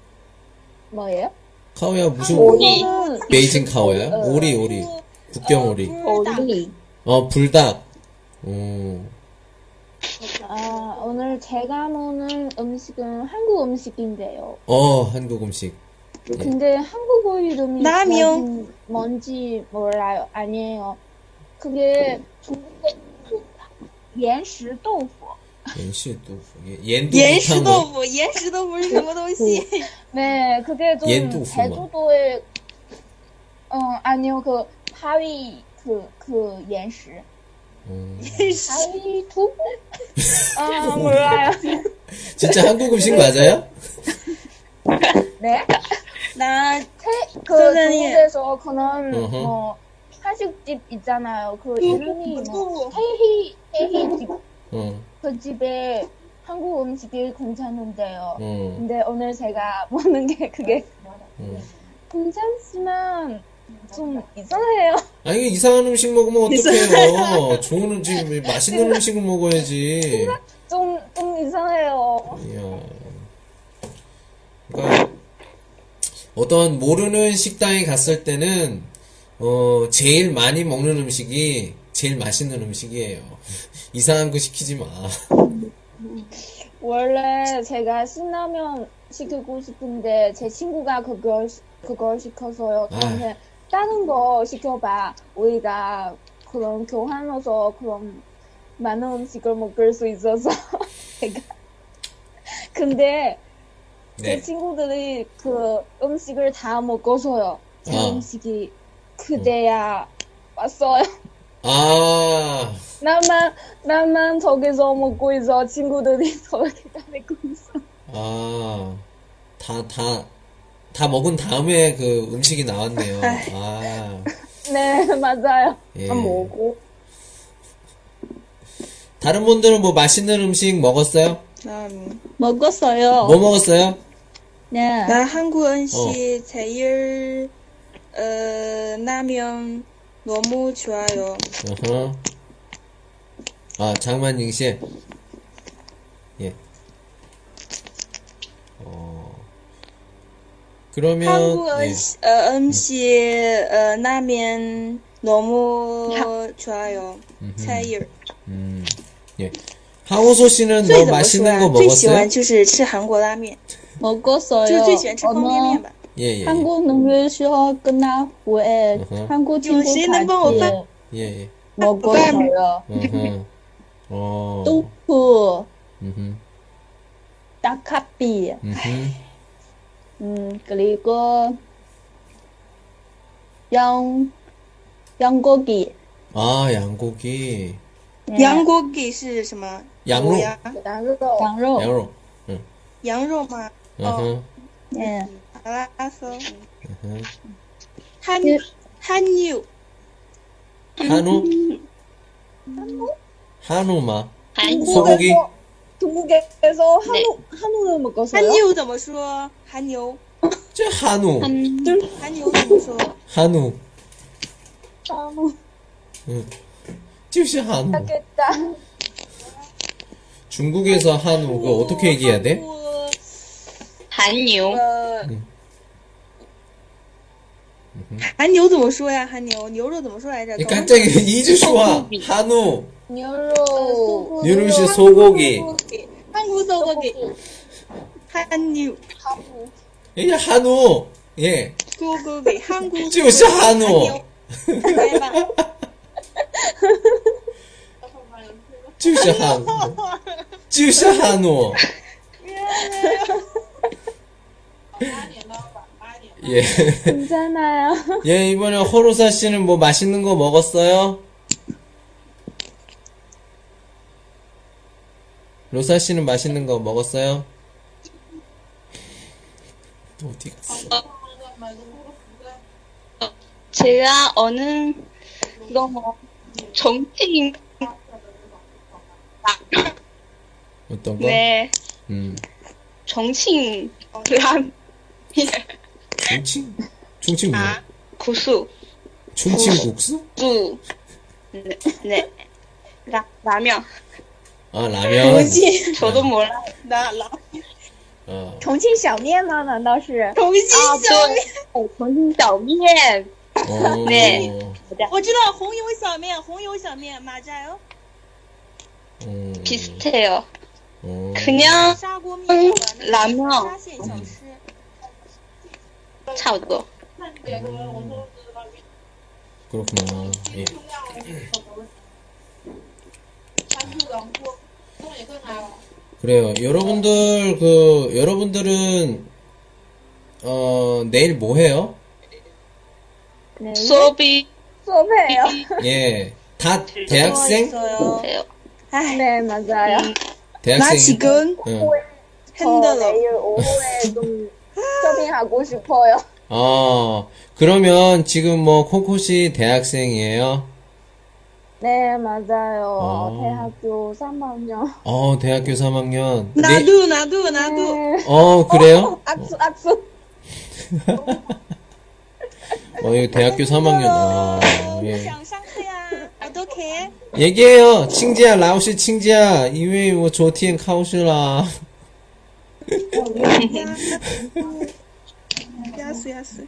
Speaker 3: 뭐예요?
Speaker 1: 가오야 무슨
Speaker 5: 오리. 어.
Speaker 1: 베이징 가오야? 오리 오리. 국경 오리.
Speaker 5: 오리.
Speaker 1: 어 불닭. 어, 오.
Speaker 3: 아, 오늘 제가 먹는 음식은 한국 음식인데요.
Speaker 1: 어, 한국 음식.
Speaker 3: 근데 한국어 이름이
Speaker 2: 라면.
Speaker 3: 뭔지- 뭔지 몰라요. 아니에요. 그게 중국어
Speaker 6: 岩石豆腐。
Speaker 1: 연시豆腐, 예, 옌두부
Speaker 2: 岩石
Speaker 1: 타고.
Speaker 2: 豆腐，岩石豆腐是什么东西？
Speaker 6: 네, 그게 좀
Speaker 1: 옌두부.
Speaker 6: 제주도의 어 아니요 그 파위 그그 옌시
Speaker 1: 어,
Speaker 6: 哦 파위 두부 아 몰라요
Speaker 1: 진짜 한국 음식 맞아요?
Speaker 6: 네
Speaker 2: 那
Speaker 6: 태, 그
Speaker 2: 저는 예.
Speaker 6: 중국에서 그런
Speaker 1: 어허.
Speaker 6: 뭐 한식집 있잖아요 그 이름이 뭐
Speaker 2: 두부.
Speaker 6: 태희 태희
Speaker 1: 어,
Speaker 6: 집그 집에 한국 음식이 괜찮은데요
Speaker 1: 어,
Speaker 6: 근데 오늘 제가 먹는 게 그게
Speaker 1: 어.
Speaker 6: 괜찮지만 좀 이상해요
Speaker 1: 아니 이상한 음식 먹으면 어떡해요? 좋은 음식, 맛있는 음식을 먹어야지.
Speaker 6: 좀 좀 이상해요.
Speaker 1: 이야. 그러니까 어떤 모르는 식당에 갔을 때는 어 제일 많이 먹는 음식이 제일 맛있는 음식이에요. 이상한 거 시키지 마.
Speaker 6: 원래 제가 신라면 시키고 싶은데 제 친구가 그걸 시- 그걸 시켜서요.
Speaker 1: 아.
Speaker 6: 저한테 다른 거 시켜봐. 우리가 그런 교환으로서 그런 많은 음식을 먹을 수 있어서 제가 근데 제
Speaker 1: 네.
Speaker 6: 친구들이 그 음식을 다 먹어서요. 제
Speaker 1: 아.
Speaker 6: 음식이 그대야 왔어요.
Speaker 1: 아
Speaker 6: 나만 나만 저기서 먹고 있어. 친구들이 저기다 먹고 있어.
Speaker 1: 아, 다, 다, 다 먹은 다음에 그 음식이 나왔네요. 아,
Speaker 6: 네, 맞아요.
Speaker 1: 예.
Speaker 4: 먹고.
Speaker 1: 다른 분들은 뭐 맛있는 음식 먹었어요?
Speaker 4: 먹었어요.
Speaker 1: 뭐 먹었어요?
Speaker 4: 네.
Speaker 2: 나 한국 음식 제일 어 라면 너무 좋아요.
Speaker 1: 어허. 아, 장만영 씨. 예. 어.
Speaker 2: 呃
Speaker 1: 그러면
Speaker 2: 한국
Speaker 1: 예.
Speaker 2: 음식 어, 음식 어 라면 너무
Speaker 1: 嗯
Speaker 2: 좋아요. 제일.
Speaker 1: 음. 예. 하우소 씨는 뭐
Speaker 2: 最怎么
Speaker 1: 맛있는 거
Speaker 2: 说啊？最喜欢
Speaker 1: 먹었어요?
Speaker 2: 就是吃韩国拉面，就
Speaker 6: 哎
Speaker 4: 먹었어요.
Speaker 2: 是最喜欢吃方便面
Speaker 4: 어머,
Speaker 2: 吧。
Speaker 1: 예, 예. 예.
Speaker 4: 한국 농구 수업 끝난 후에
Speaker 1: 어허.
Speaker 4: 한국 친구
Speaker 2: 정신 한번
Speaker 4: 같이
Speaker 1: 예, 예.
Speaker 4: 먹었어요.
Speaker 1: 네. 어허. 어.
Speaker 4: 豆腐,
Speaker 1: 음흠.
Speaker 4: 닭갈비,
Speaker 1: 음흠.
Speaker 4: 음, 그리고 양, 양고기.
Speaker 1: 아, 양고기.
Speaker 6: 嗯
Speaker 4: 네,
Speaker 2: 杨锅给是什么？
Speaker 1: 羊肉
Speaker 2: 牛呀，
Speaker 6: 나도
Speaker 4: 양肉.
Speaker 1: 양로. 응.
Speaker 2: 羊肉吗？
Speaker 1: 어허.
Speaker 4: 네.
Speaker 2: 阿拉阿松，
Speaker 1: 어허.
Speaker 2: 汉汉牛，
Speaker 1: 한우. 한우마.
Speaker 6: 아, 네.
Speaker 5: 한국
Speaker 1: 소고기. 네.
Speaker 6: 중국에서 중국에서 한우 한우를 먹었어요.
Speaker 2: 汉牛怎么说？韩牛，
Speaker 1: 저 한우.
Speaker 5: 한
Speaker 2: 韩牛怎么说？
Speaker 1: 한우.
Speaker 6: 한우
Speaker 1: 응. 就是 한우.
Speaker 6: 아, 먹겠다.
Speaker 1: 음. 중국에서 한우. 그거 어떻게 얘기해야 돼?
Speaker 2: 한국,
Speaker 5: 한유
Speaker 6: 어,
Speaker 2: 呃，韩牛怎么说呀？韩牛，牛肉怎么说来着？
Speaker 1: 예, 깜짝이야. 이주슈와
Speaker 5: 소고기.
Speaker 1: 한우.
Speaker 6: 牛肉
Speaker 1: 유름씨 소고기.
Speaker 2: 给韩国怎么给韩牛？
Speaker 1: 예, 한우. 예.
Speaker 2: 韩国给韩国，
Speaker 1: 就是 한우.
Speaker 2: 来吧，
Speaker 1: 就是 한우. 就是 한우. 예.
Speaker 6: 괜찮아요.
Speaker 1: 예, 이번에 호로사 씨는 뭐 맛있는 거 먹었어요? 로사 씨는 맛있는 거 먹었어요? 또 어디 갔어?
Speaker 5: 제가 어느 이거 뭐 정치인
Speaker 1: 어떤 거?
Speaker 5: 네
Speaker 1: 음.
Speaker 5: 정치인 그 라면
Speaker 1: 충칭? 충칭 뭐?
Speaker 5: 아 고수
Speaker 1: 충칭 국수?
Speaker 5: 두 네, 네. 라, 라면
Speaker 1: 아, 라면.
Speaker 5: 저도 몰라
Speaker 2: 拿拿
Speaker 1: 어.
Speaker 6: 重庆小面吗？难道是？
Speaker 2: 重庆
Speaker 5: 아,
Speaker 2: 小面，
Speaker 5: 어, 정신짜오면
Speaker 1: 어.
Speaker 5: 네.
Speaker 2: 我知道红油小面，红油小面，马扎油
Speaker 1: 음.
Speaker 5: 비슷해요
Speaker 1: 어.
Speaker 5: 그냥
Speaker 2: 砂锅面条吧，那个
Speaker 5: 拉面
Speaker 2: 沙县小
Speaker 1: 음.
Speaker 2: 吃。
Speaker 5: 차우도
Speaker 1: 그렇구나. 예. 그래요. 여러분들 그 여러분들은 어 내일 뭐 해요?
Speaker 6: 네.
Speaker 5: 수업이
Speaker 6: 수업해요.
Speaker 1: 예. 다 대학생?
Speaker 2: 있어요.
Speaker 5: 돼요.
Speaker 6: 네, 맞아요.
Speaker 2: 나
Speaker 1: 대학생. 예.
Speaker 2: 지금
Speaker 1: 응.
Speaker 6: 저
Speaker 2: 핸들러.
Speaker 6: 내일 오후에 좀 쇼핑하고 싶어요.
Speaker 1: 어. 그러면 지금 뭐 콩코시 대학생이에요.
Speaker 6: 네, 맞아요.
Speaker 1: 아.
Speaker 6: 대학교 3학년.
Speaker 1: 어, 대학교 3학년. 네.
Speaker 2: 나도 나도 나도.
Speaker 1: 어, 그래요?
Speaker 6: 악수, 악수.
Speaker 1: 어, 이거 대학교 3학년.
Speaker 2: 어,
Speaker 1: 아, 예.
Speaker 2: 想上课呀，我都可以。
Speaker 1: 얘기해요. 칭지야, 라오시 칭지야. 이외에 뭐 조티엔 카오슈라.
Speaker 2: 要死要死！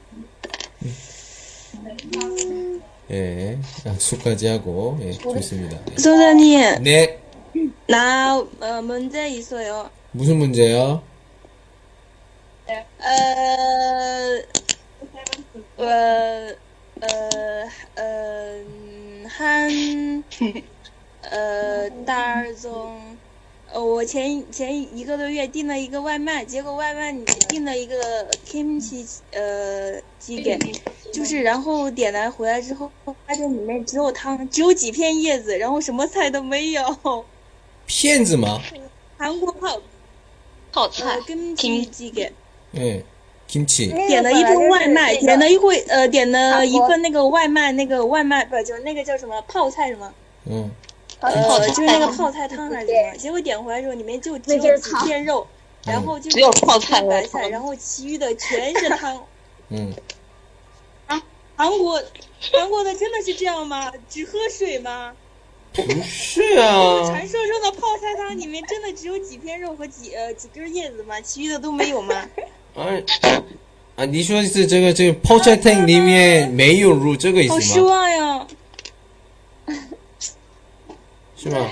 Speaker 1: 예. 약속까지 하고. 예, 좋습니다. 예.
Speaker 2: 소장님
Speaker 1: 네.
Speaker 2: 나 어, 문제 있어요.
Speaker 1: 무슨 문제요?
Speaker 2: 어, 어, 어, 어, 한, 어, 딸中，呃，我前前一个多月订了一个外卖，结果外卖订了一个 kimchi 呃鸡给，就是然后点来回来之后，发现里面只有汤，只有几片叶子，然后什么菜都没有。
Speaker 1: 피엔즈마.
Speaker 2: 韩国泡
Speaker 5: 泡菜
Speaker 2: 呃 kimchi 鸡给。
Speaker 1: 예. 김치.
Speaker 2: 点了一份外卖，点了一会呃，点了一份那个外卖，那个外卖不就是那个叫什么泡菜什么，
Speaker 1: 응.
Speaker 5: 泡
Speaker 2: 呃，
Speaker 5: 菜
Speaker 2: 就是那个泡菜汤还是什么，结果点回来之后里面就只有几片肉，然后就
Speaker 5: 嗯只有泡菜
Speaker 2: 白
Speaker 5: 和
Speaker 2: 菜，
Speaker 5: 汤
Speaker 2: 然后其余的全是汤。
Speaker 1: 응.
Speaker 2: 韩国韩国的真的是这样吗？只喝水吗？
Speaker 1: 부시야.
Speaker 2: 传说中的泡菜汤里面真的只有几片肉和几呃几根叶子吗？其余的都没有 吗？
Speaker 1: 아니, 아, 니쇼스, 저거, 저거, 퍼차탱 리미의 메이오루, 저거
Speaker 2: 好失
Speaker 1: 있으마.
Speaker 2: 望呀！
Speaker 1: 시마.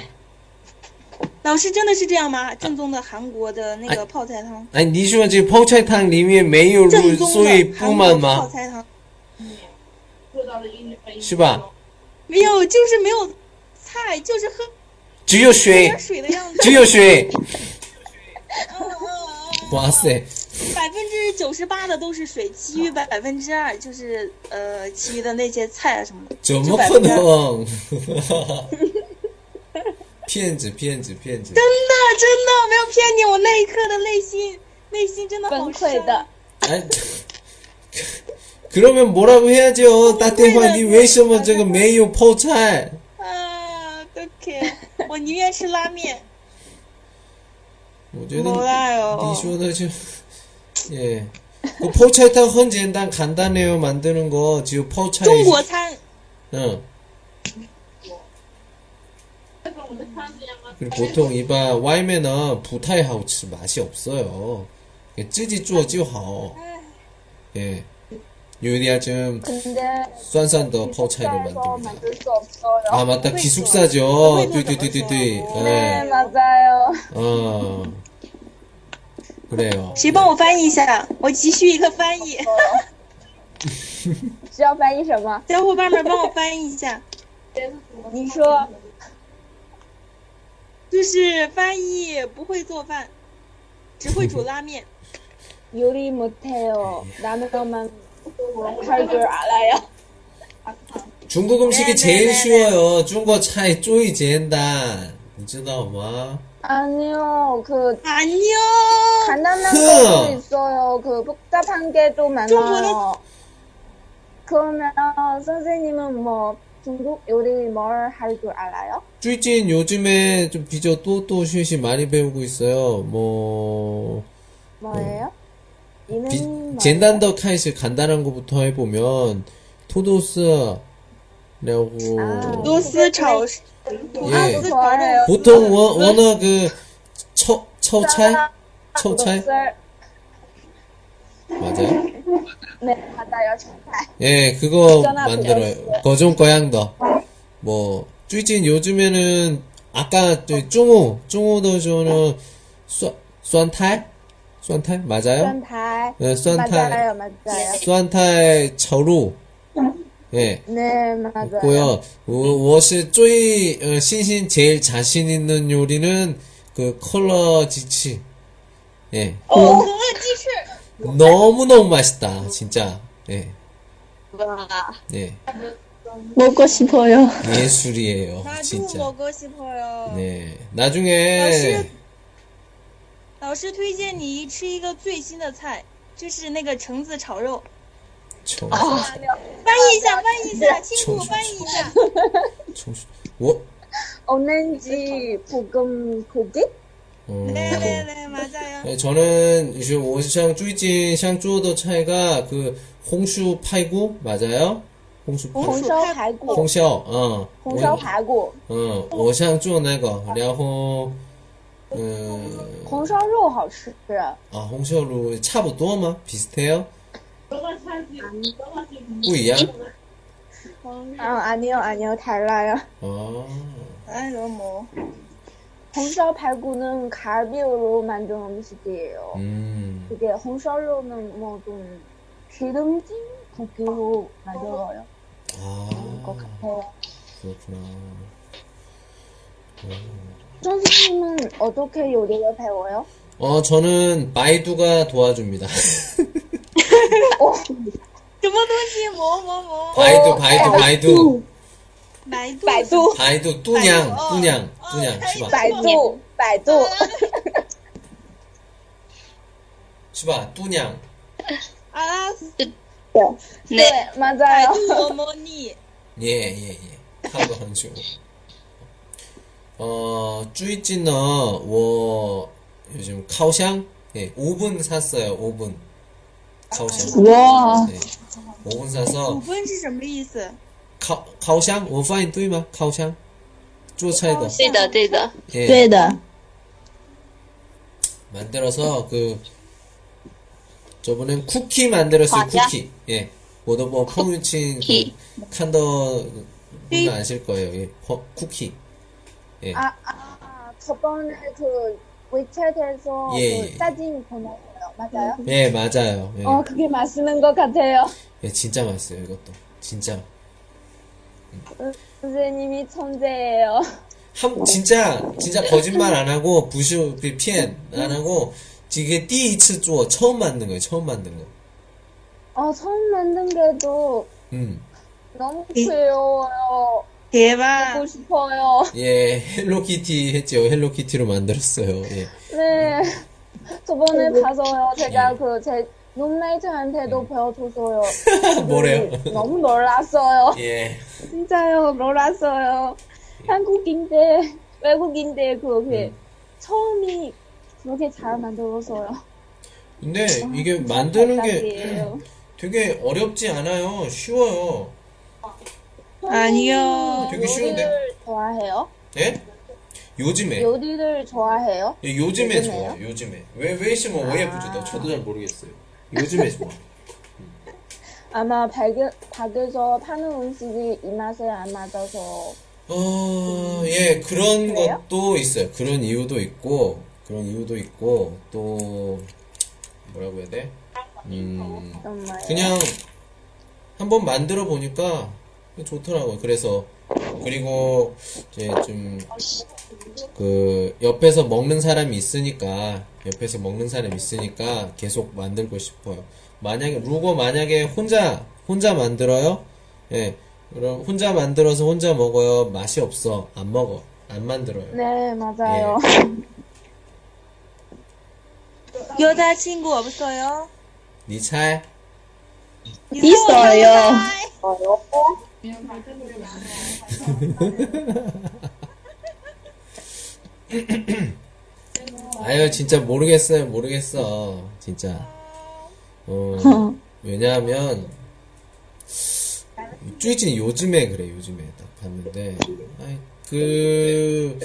Speaker 2: 老师真的是这样吗？正宗的韩国的那个泡菜汤。
Speaker 1: 아니, 니쇼가 지금 퍼차탕 리미의 메이오루,
Speaker 2: 正宗的
Speaker 1: 소이,
Speaker 2: 韩国
Speaker 1: 뿌만,
Speaker 2: 泡
Speaker 1: 마.
Speaker 2: 菜汤，
Speaker 1: 시바.
Speaker 2: 没有，就是没有菜，就是喝
Speaker 1: 주요 쉐이.
Speaker 2: 点水的样子。
Speaker 1: 주요 쉐이.
Speaker 2: 嗯嗯嗯嗯
Speaker 1: 와세.
Speaker 2: 百分之九十八的都是水，其余百百分之二就是呃，其余的那些菜啊什么的。
Speaker 1: 저먹어동 피엔즈, 피엔즈, 피엔즈.
Speaker 2: 真的真的没有骗你，我那一刻的内心内心真的好
Speaker 6: 崩溃
Speaker 2: 伤。
Speaker 6: 的。
Speaker 1: 아니, 그러면 뭐라고 해야죠? 따뜻한 니왜 쓰면 저거 메이오 포찰?
Speaker 2: 啊，对不起，我宁愿吃拉面。
Speaker 1: 어제는
Speaker 2: 몰라요.
Speaker 1: 니쇼는 지금 예. 그 포찰탕 헌젠단 간단해요 만드는 거 지금 포찰.
Speaker 2: 中国餐
Speaker 1: 응. 그리고 보통 이봐 와이면은 부타이 하우츠 맛이 없어요. 예, 찌지 쪼 찌하오. 예. 요리야 좀
Speaker 6: 근데
Speaker 1: 싼싼더 포차를
Speaker 6: 기숙사에서
Speaker 1: 만듭니다.
Speaker 6: 만들 수 없어요.
Speaker 1: 아 맞다 기숙사죠.
Speaker 2: 그거 있어.
Speaker 1: 뚜뚜뚜뚜뚜.
Speaker 6: 네,
Speaker 1: 예.
Speaker 6: 맞아요.
Speaker 1: 어. 그래요.
Speaker 2: 谁帮我翻译一下？我急需一个翻译，
Speaker 6: 需要翻译什么？
Speaker 2: 小伙伴们帮我翻译一下。
Speaker 6: 你说
Speaker 2: 就是翻译不会做饭，只会煮拉面。
Speaker 6: 요리 못해요. 라면만 할 줄 알아요.
Speaker 1: 중국 음식이 제일 쉬워요. 중국 차이 쪼이 젠단. 你知道吗?
Speaker 6: 아니요, 그
Speaker 2: 아니요
Speaker 6: 간단한
Speaker 1: 흐.
Speaker 6: 것도 있어요. 그 복잡한 게 좀 많아요.
Speaker 2: 중국은-
Speaker 6: 그러면 선생님은 뭐 중국 요리 뭘 할 줄 알아요?
Speaker 1: 쭈이찐 요즘에 좀 비저 또또 쉐시 많이 배우고 있어요. 뭐
Speaker 6: 뭐예요? 이는
Speaker 1: 음. 비,
Speaker 6: 뭐-
Speaker 1: 젠단더 카이스 간단한 거부터 해보면 토도스라고
Speaker 6: 아.
Speaker 2: 螺丝炒螺
Speaker 6: 아
Speaker 1: 예
Speaker 6: 저 좋아해요.
Speaker 1: 보통 워, 워낙 그 처,
Speaker 6: 아,
Speaker 1: 처찰? 처찰?
Speaker 6: 쌀-
Speaker 1: 맞아요.
Speaker 6: 네, 맞아요. 정말.
Speaker 1: 예, 그거
Speaker 6: 전화
Speaker 1: 만들어요. 거종 거양더. 뭐, 쭈이찐 요즘에는, 아까, 저, 쭈우, 쭈우도 저는, 쏘, 쏜탈? 쏜탈? 맞아요?
Speaker 6: 쌀-
Speaker 1: 예, 쏜탈.
Speaker 6: 맞아요, 맞아요.
Speaker 1: 쏜탈 저루. 예.
Speaker 6: 네, 맞아요.
Speaker 1: 고요. 워시 쪼이 어, 신신 제일 자신 있는 요리는 그 컬러 지치. 예.
Speaker 2: 哦，可乐鸡翅，
Speaker 1: 너무너무 맛있다. 진짜. 예.
Speaker 5: 와.
Speaker 1: 예.
Speaker 4: 먹고 싶어요.
Speaker 1: 예술이에요.
Speaker 2: 那杜
Speaker 1: 진짜.
Speaker 2: 某个西朋友。
Speaker 1: 네.
Speaker 2: 老师
Speaker 1: 나중에 ，
Speaker 2: 老师推荐你吃一个最新的菜，就是那个橙子炒肉。
Speaker 1: 저,
Speaker 2: 翻译一下，翻译一下，辛苦
Speaker 1: 橙子
Speaker 2: 翻译一下。
Speaker 1: 청수. 워
Speaker 6: 오렌지 볶음 고기?
Speaker 1: 어,
Speaker 2: 来来来，马加油！
Speaker 1: 네, 저는 지금 오시장 쭈이진 샹쭈어도 차이가 그 홍슈 파이구 맞아요? 홍슈 파이구.
Speaker 2: 红薯
Speaker 6: 홍쇼
Speaker 2: 太
Speaker 6: 발구.
Speaker 1: 홍샤. 어.
Speaker 6: 홍쇼 발구.
Speaker 1: 嗯，我像做那个，然后，嗯，
Speaker 6: 홍쇼 好吃.
Speaker 1: 啊，红烧肉差不多吗？비슷해요？不一样
Speaker 6: 아, 아니요, 아니요, 달라요.
Speaker 1: 哦，
Speaker 2: 哎，罗某，
Speaker 6: 홍쇼 발구는 갈비로 만든 음식이에요.
Speaker 1: 嗯，
Speaker 6: 이게 홍쇼로는 뭐좀 기름진 고기로 만들어요.
Speaker 1: 啊，
Speaker 6: 어.
Speaker 1: 아, 그렇구나
Speaker 6: 선생님은 어떻게 요리를 배워요?
Speaker 1: 어, 저는 바이두가 도와줍니다.
Speaker 2: 什么东西？某某某，
Speaker 1: 바이두, 어, 바이두, 바이두,
Speaker 2: 百度，
Speaker 6: 발두,
Speaker 1: 바이두 뚜냥,
Speaker 2: 바이두,
Speaker 1: 뚜냥,
Speaker 2: 어,
Speaker 1: 뚜냥,
Speaker 2: 어,
Speaker 1: 시바,
Speaker 6: 발두, 발두.
Speaker 1: 시바, 뚜냥.
Speaker 2: 阿拉斯
Speaker 5: 네.
Speaker 6: 맞아요.
Speaker 2: 我模拟，
Speaker 1: 예, 예, 예. 타고 한 주. 어, 쭈이찌너, 워, 요즘 카오샹? 예, 오븐 샀어요, 오븐. 카오샹.
Speaker 4: 와,
Speaker 1: 네. 오븐 사서,
Speaker 2: 五分是什么意思？
Speaker 1: 카, 카오샹? 워 파인 뚜이마? 카오샹? 쪼 차이더.
Speaker 5: 对的，对的。
Speaker 1: 예,
Speaker 4: 对的，
Speaker 1: 만들어서, 그, 저번엔 쿠키 만들었어요,
Speaker 5: 과자?
Speaker 1: 쿠키. 예. 워더버 펑유친, 그, 칸더, 분은 아실 거예요, 예. 퍼- 쿠키. 예.
Speaker 6: 아, 아, 저번에 그 위챗에서
Speaker 1: 예,
Speaker 6: 그
Speaker 1: 예.
Speaker 6: 사진 보냈어요. 맞아요?
Speaker 1: 예, 맞아요. 예.
Speaker 6: 어, 그게 맛있는 것 같아요.
Speaker 1: 예, 진짜 맛있어요, 이것도. 진짜.
Speaker 6: 선생님이 천재예요.
Speaker 1: 한, 진짜, 진짜 거짓말 안 하고, 부슈, 비- 피엔, 안 하고, 이게 띠이츠 쪼어, 처음 만든 거예요, 처음 만든 거.
Speaker 6: 어, 처음 만든 게도
Speaker 1: 음.
Speaker 6: 너무 귀여워요.
Speaker 2: 铁吧
Speaker 6: 보고 싶어요.
Speaker 1: 예, 헬로키티 했죠. 헬로키티로 만들었어요, 예.
Speaker 6: 네. 저번에 가서요. 제가
Speaker 1: 예.
Speaker 6: 그 제 룸메이트한테도 배워줘서요.
Speaker 1: 네.
Speaker 6: 네,
Speaker 1: 뭐래요?
Speaker 6: 너무 놀랐어요.
Speaker 1: 예.
Speaker 6: 진짜요. 놀랐어요.
Speaker 1: 네.
Speaker 6: 한국인데, 외국인데, 그게 처음이 그렇게 잘 만들어서요.
Speaker 1: 근데 이게 만드는 게
Speaker 6: 감사드려요.
Speaker 1: 되게 어렵지 않아요. 쉬워요.
Speaker 2: 啊，你要
Speaker 1: 되게 쉬운데?
Speaker 6: 요리를 좋아해요?
Speaker 1: 예? 요즘에.
Speaker 6: 요리를 좋아해요?
Speaker 1: 예, 요즘에 아.
Speaker 6: 요즘에요?
Speaker 1: 좋아, 요즘에. 왜, 왜 심어, 왜 부지다? 저도 잘 모르겠어요. 요즘에 좋아.
Speaker 6: 아마 밖에, 밖에서 파는 음식이 이 맛에 안 맞아서
Speaker 1: 어, 예, 그런
Speaker 6: 그래요?
Speaker 1: 것도 있어요. 그런 이유도 있고, 그런 이유도 있고, 또, 뭐라고 해야 돼? 음,
Speaker 6: 정말
Speaker 1: 그냥, 한번 만들어 보니까 좋더라고요. 그래서, 그리고, 이제 좀, 그, 옆에서 먹는 사람이 있으니까, 옆에서 먹는 사람이 있으니까 계속 만들고 싶어요. 만약에, 루고 만약에 혼자, 혼자 만들어요? 예. 그럼 혼자 만들어서 혼자 먹어요. 맛이 없어. 안 먹어. 안 만들어요.
Speaker 6: 네 맞아요
Speaker 2: 有他亲过不错哟，
Speaker 1: 니네 차에?
Speaker 2: 你
Speaker 4: 一手哟，
Speaker 1: 아유, 진짜 모르겠어요. 모르겠어. 진짜. 어, 왜냐하면, 쭈이진 요즘에 그래, 요즘에 딱 봤는데. 아이, 그,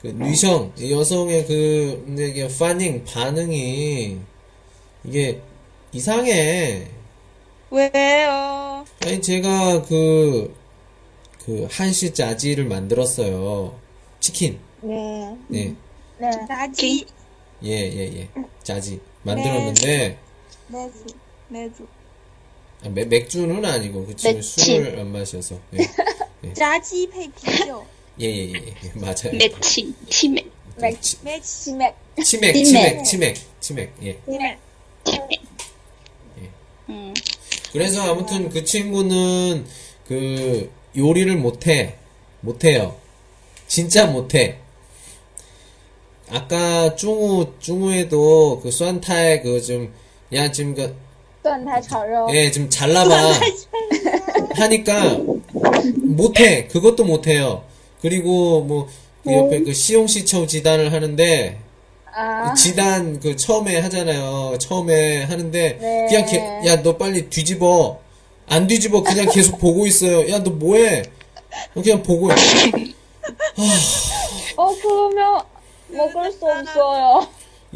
Speaker 1: 그, 뉘성, 이 여성의 그, 근데 이게 반응, 반응이, 이게 이상해.
Speaker 2: 喂哦，
Speaker 1: 아니 제가 그, 그 한시 짜지를 만들었어요. 치킨.
Speaker 6: 네,
Speaker 1: 예,
Speaker 6: 네.
Speaker 2: 炸鸡，
Speaker 1: 예, 예, 예. 짜지 만들었는데
Speaker 2: 来煮，来煮，
Speaker 1: 아, 맥, 맥주는 아니고 그 친구
Speaker 5: 맥주.
Speaker 1: 술을 안 마셔서 예.
Speaker 2: 炸鸡配啤酒，
Speaker 1: 예예예예 예, 예, 예, 맞아요.
Speaker 5: 매치 치맥
Speaker 1: 치,
Speaker 2: match
Speaker 6: 치맥
Speaker 1: 치맥 치맥
Speaker 5: 치맥.
Speaker 1: 치맥 치맥 예.
Speaker 2: 네.
Speaker 5: 치맥. 음.
Speaker 1: 그래서 아무튼 그 친구는 그 요리를 못해 못해요 진짜 못해 아까 쭈우 쭈우에도 그 쏜타에 그좀야 지금 그,
Speaker 6: 蒜苔炒肉，
Speaker 1: 예 지금 잘라봐 하니까 못해 그것도 못해요 그리고 뭐 그 옆에
Speaker 6: 네.
Speaker 1: 그 시용시청 지단을 하는데
Speaker 6: 啊，
Speaker 1: 그 지단 그 처음에 하잖아요. 처음에 하는데
Speaker 6: 네.
Speaker 1: 그냥 야너 빨리 뒤집어. 안 뒤집어 그냥 계속 보고 있어요. 야 너 뭐해? 그냥 보고 있- 네.
Speaker 6: 어 그러면 먹을 수 없어요.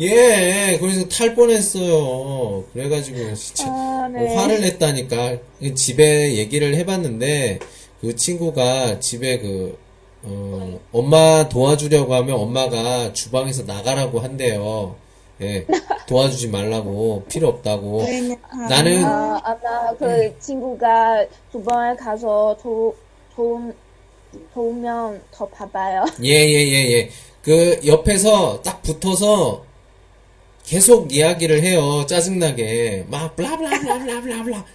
Speaker 1: 예 그래서 탈 뻔했어요. 그래가지고 진짜
Speaker 6: 아, 네.
Speaker 1: 뭐 화를 냈다니까 집에 얘기를 해봤는데 그 친구가 집에 그 어, 엄마 도와주려고 하면 엄마가 주방에서 나가라고 한대요. 예 도와주지 말라고 필요 없다고. 나는
Speaker 6: 아, 아마 그
Speaker 1: 네.
Speaker 6: 친구가 주방에 가서 도, 도움, 도우면 더 봐봐요.
Speaker 1: 예예예 예, 예. 그 옆에서 딱 붙어서 계속 이야기를 해요. 짜증나게 막 블라블라블라블라블라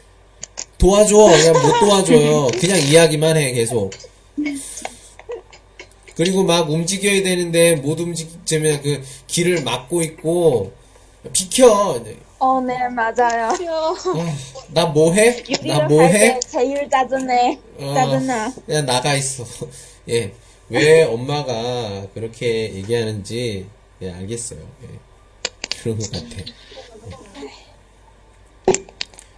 Speaker 1: 도와줘. 그냥 못 도와줘요. 그냥 이야기만 해 계속. 그리고 막 움직여야 되는데 못 움직이면 그 길을 막고 있고 비켜.
Speaker 6: 어, 네, 맞아요.
Speaker 1: 나 뭐해? 나
Speaker 6: 요리를 할
Speaker 1: 뭐해?
Speaker 6: 때 제일 짜증내.
Speaker 1: 어,
Speaker 6: 짜증나.
Speaker 1: 그냥 나가 있어. 예. 왜 엄마가 그렇게 얘기하는지, 예, 알겠어요. 예. 그런 것 같아. 예.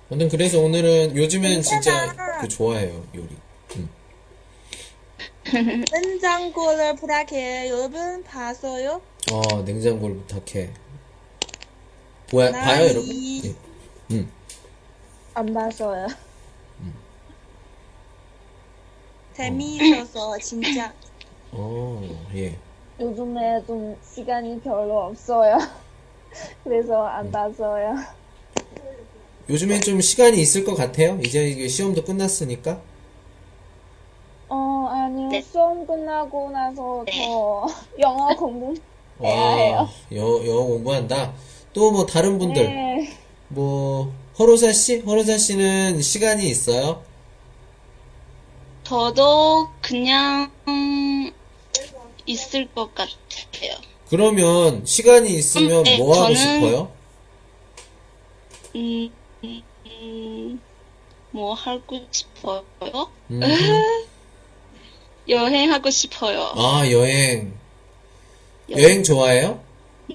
Speaker 1: 아무튼 그래서 오늘은 요즘엔 진짜 그 좋아해요, 요리.
Speaker 2: 냉장고를 부탁해. 여러분 봐서요.
Speaker 1: 어, 냉장고를 부탁해. 보야,
Speaker 2: 나이.
Speaker 1: 봐요, 여러분? 예.
Speaker 6: 안 봐서요.
Speaker 2: 재미있어서 진짜.
Speaker 1: 어, 예.
Speaker 6: 요즘에 좀 시간이 별로 없어요. 그래서 안 봐서요.
Speaker 1: 요즘엔 좀 시간이 있을 것 같아요. 이제 이게 시험도 끝났으니까.
Speaker 6: 어, 아니요.
Speaker 5: 네.
Speaker 6: 수업 끝나고 나서 더 영어 공부.
Speaker 2: 네,
Speaker 1: 와, 여, 영어 공부한다. 또 뭐 다른 분들.
Speaker 6: 네.
Speaker 1: 뭐 허로사 씨, 허로사 씨는 시간이 있어요.
Speaker 5: 저도 그냥 음, 있을 것 같아요.
Speaker 1: 그러면 시간이 있으면
Speaker 5: 음, 네,
Speaker 1: 뭐 하고
Speaker 5: 저는-
Speaker 1: 싶어요?
Speaker 5: 음, 음, 음, 뭐 하고 싶어요?
Speaker 1: 음.
Speaker 5: 여행하고 싶어요.
Speaker 1: 아 여행,
Speaker 5: 여행.
Speaker 1: 여행 좋아해요?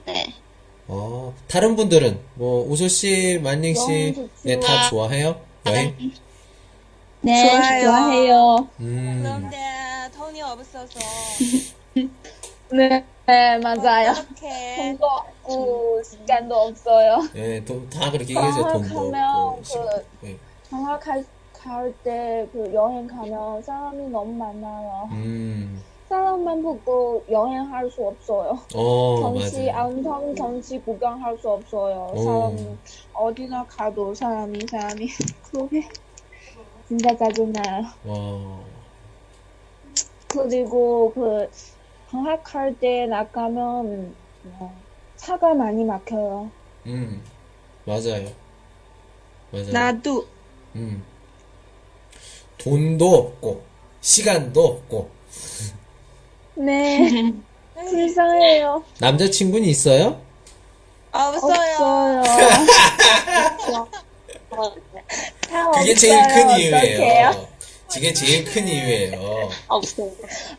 Speaker 5: 네.
Speaker 1: 어 다른 분들은 뭐 우소 씨, 만宁 씨,
Speaker 6: 여행 좋지.
Speaker 1: 네, 다 좋아해요? 여행?
Speaker 4: 네,
Speaker 2: 좋아요.
Speaker 4: 좋아해요.
Speaker 1: 음,
Speaker 2: 그런데 돈이 없어서
Speaker 6: 네, 네, 맞아요.
Speaker 2: 어떻게?
Speaker 6: 돈도 없고 시간도 없어요.
Speaker 1: 예, 돈- 다 그렇게 얘기해서
Speaker 6: 아,
Speaker 1: 돈 벌고.
Speaker 6: 그러면 그-
Speaker 1: 시간- 예.
Speaker 6: 정말 갈, 갈 때, 그 여행 가면 사람이 너무 많아요.
Speaker 1: 음,
Speaker 6: 사람만 보고 여행할 수 없어요.
Speaker 1: 어
Speaker 6: 경치,
Speaker 1: 맞아.
Speaker 6: 안성 경치 구경할 수 없어요.
Speaker 1: 오.
Speaker 6: 사람, 어디나 가도 사람이, 사람이. 그게 진짜 짜증나요.
Speaker 1: 와,
Speaker 6: 그리고 그, 방학할 때 나가면, 어, 차가 많이 막혀요.
Speaker 1: 음, 맞아요. 맞아요.
Speaker 2: 나도.
Speaker 1: 음. 돈도 없고, 시간도 없고.
Speaker 6: 네. 불쌍해요.
Speaker 1: 남자친구는 있어요?
Speaker 2: 없어요.
Speaker 6: 없어요. 다
Speaker 1: 그게 제일
Speaker 6: 없어요.
Speaker 1: 큰
Speaker 6: 어떡해요?
Speaker 1: 이유예요. 그게 제일 큰 이유예요.
Speaker 5: 없어요.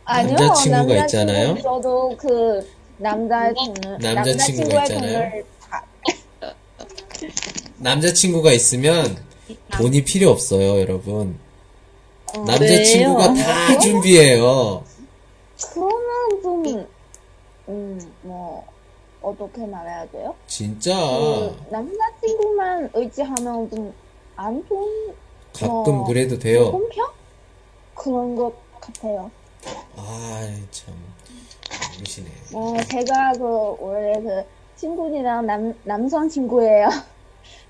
Speaker 6: 아니요,
Speaker 1: 남자친구가
Speaker 6: 남자친구
Speaker 1: 있잖아요.
Speaker 6: 저도 그 남자의 돈을
Speaker 1: 남자친구가
Speaker 6: 남자친구의
Speaker 1: 있잖아요.
Speaker 6: 돈을 다
Speaker 1: 남자친구가 있으면 돈이 필요 없어요, 여러분.
Speaker 6: 어,
Speaker 1: 남자친구가 다 준비해요.
Speaker 6: 그러면 좀 음, 뭐 어떻게 말해야 돼요?
Speaker 1: 진짜
Speaker 6: 그 남자친구만 의지하면 좀 안 좋은 어.
Speaker 1: 가끔 그래도 돼요.
Speaker 6: 공평 그런 것 같아요.
Speaker 1: 아, 참. 모르시네.
Speaker 6: 어, 제가 그 원래 그 친구들이랑 남 남성 친구예요.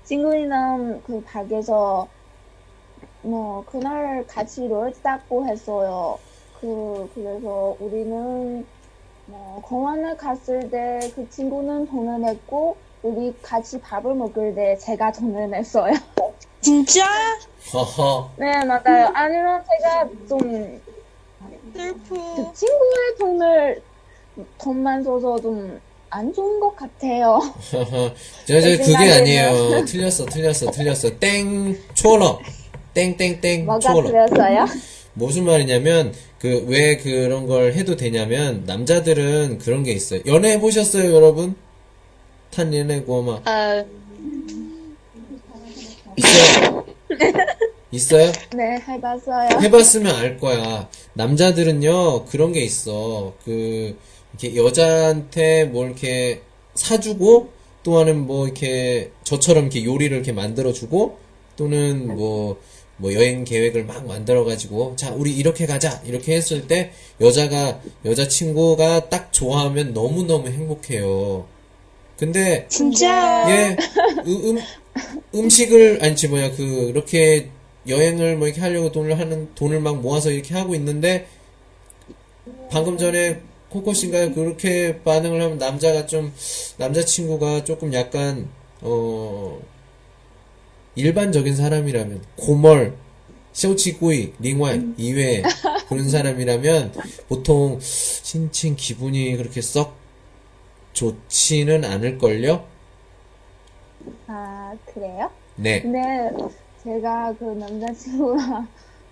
Speaker 6: 친구들이랑 그 밖에서 뭐 그날 같이 놀자고 했어요. 그 그래서 우리는 뭐 공원을 갔을 때 그 친구는 돈을 냈고 우리 같이 밥을 먹을 때 제가 돈을 냈어요.
Speaker 2: 진짜
Speaker 1: 허허.
Speaker 6: 네 맞아요. 아니면 제가 좀 그
Speaker 2: 슬프.
Speaker 6: 친구의 돈을 돈만 써서 좀 안 좋은 것 같아요.
Speaker 1: 저,
Speaker 6: 네,
Speaker 1: 저, 그게
Speaker 6: 생각에는-
Speaker 1: 아니에요. 틀렸어, 틀렸어, 틀렸어. 땡, 초러. 땡땡땡,
Speaker 6: 뭐가
Speaker 1: 초러.
Speaker 6: 그랬어요?
Speaker 1: 무슨 말이냐면 그 왜 그런 걸 해도 되냐면 남자들은 그런 게 있어요. 연애 해보셨어요, 여러분? 탄 연애고 막
Speaker 5: 아,
Speaker 1: 있어요? 있어요?
Speaker 6: 네 해봤어요.
Speaker 1: 해봤으면 알 거야. 남자들은요 그런 게 있어. 그 이렇게 여자한테 뭘 이렇게 사주고 또는 뭐 이렇게 저처럼 이렇게 요리를 이렇게 만들어주고 또는 뭐. 뭐 여행 계획을 막 만들어 가지고 자 우리 이렇게 가자 이렇게 했을 때 여자가 여자 친구가 딱 좋아하면 너무 너무 행복해요. 근데
Speaker 2: 진짜
Speaker 1: 예, 음, 식을 아니지 뭐야 그 이렇게 여행을 뭐 이렇게 하려고 돈을 하는 돈을 막 모아서 이렇게 하고 있는데 방금 전에 코코 씨가 그렇게 반응을 하면 남자가 좀 남자친구가 조금 약간 어 일반적인 사람이라면 고멀 쇼치구이 링왈 이외 그런 사람이라면 보통 신친 기분이 그렇게 썩 좋지는 않을걸요?
Speaker 6: 아 그래요?
Speaker 1: 네.
Speaker 6: 근데 제가 그 남자친구랑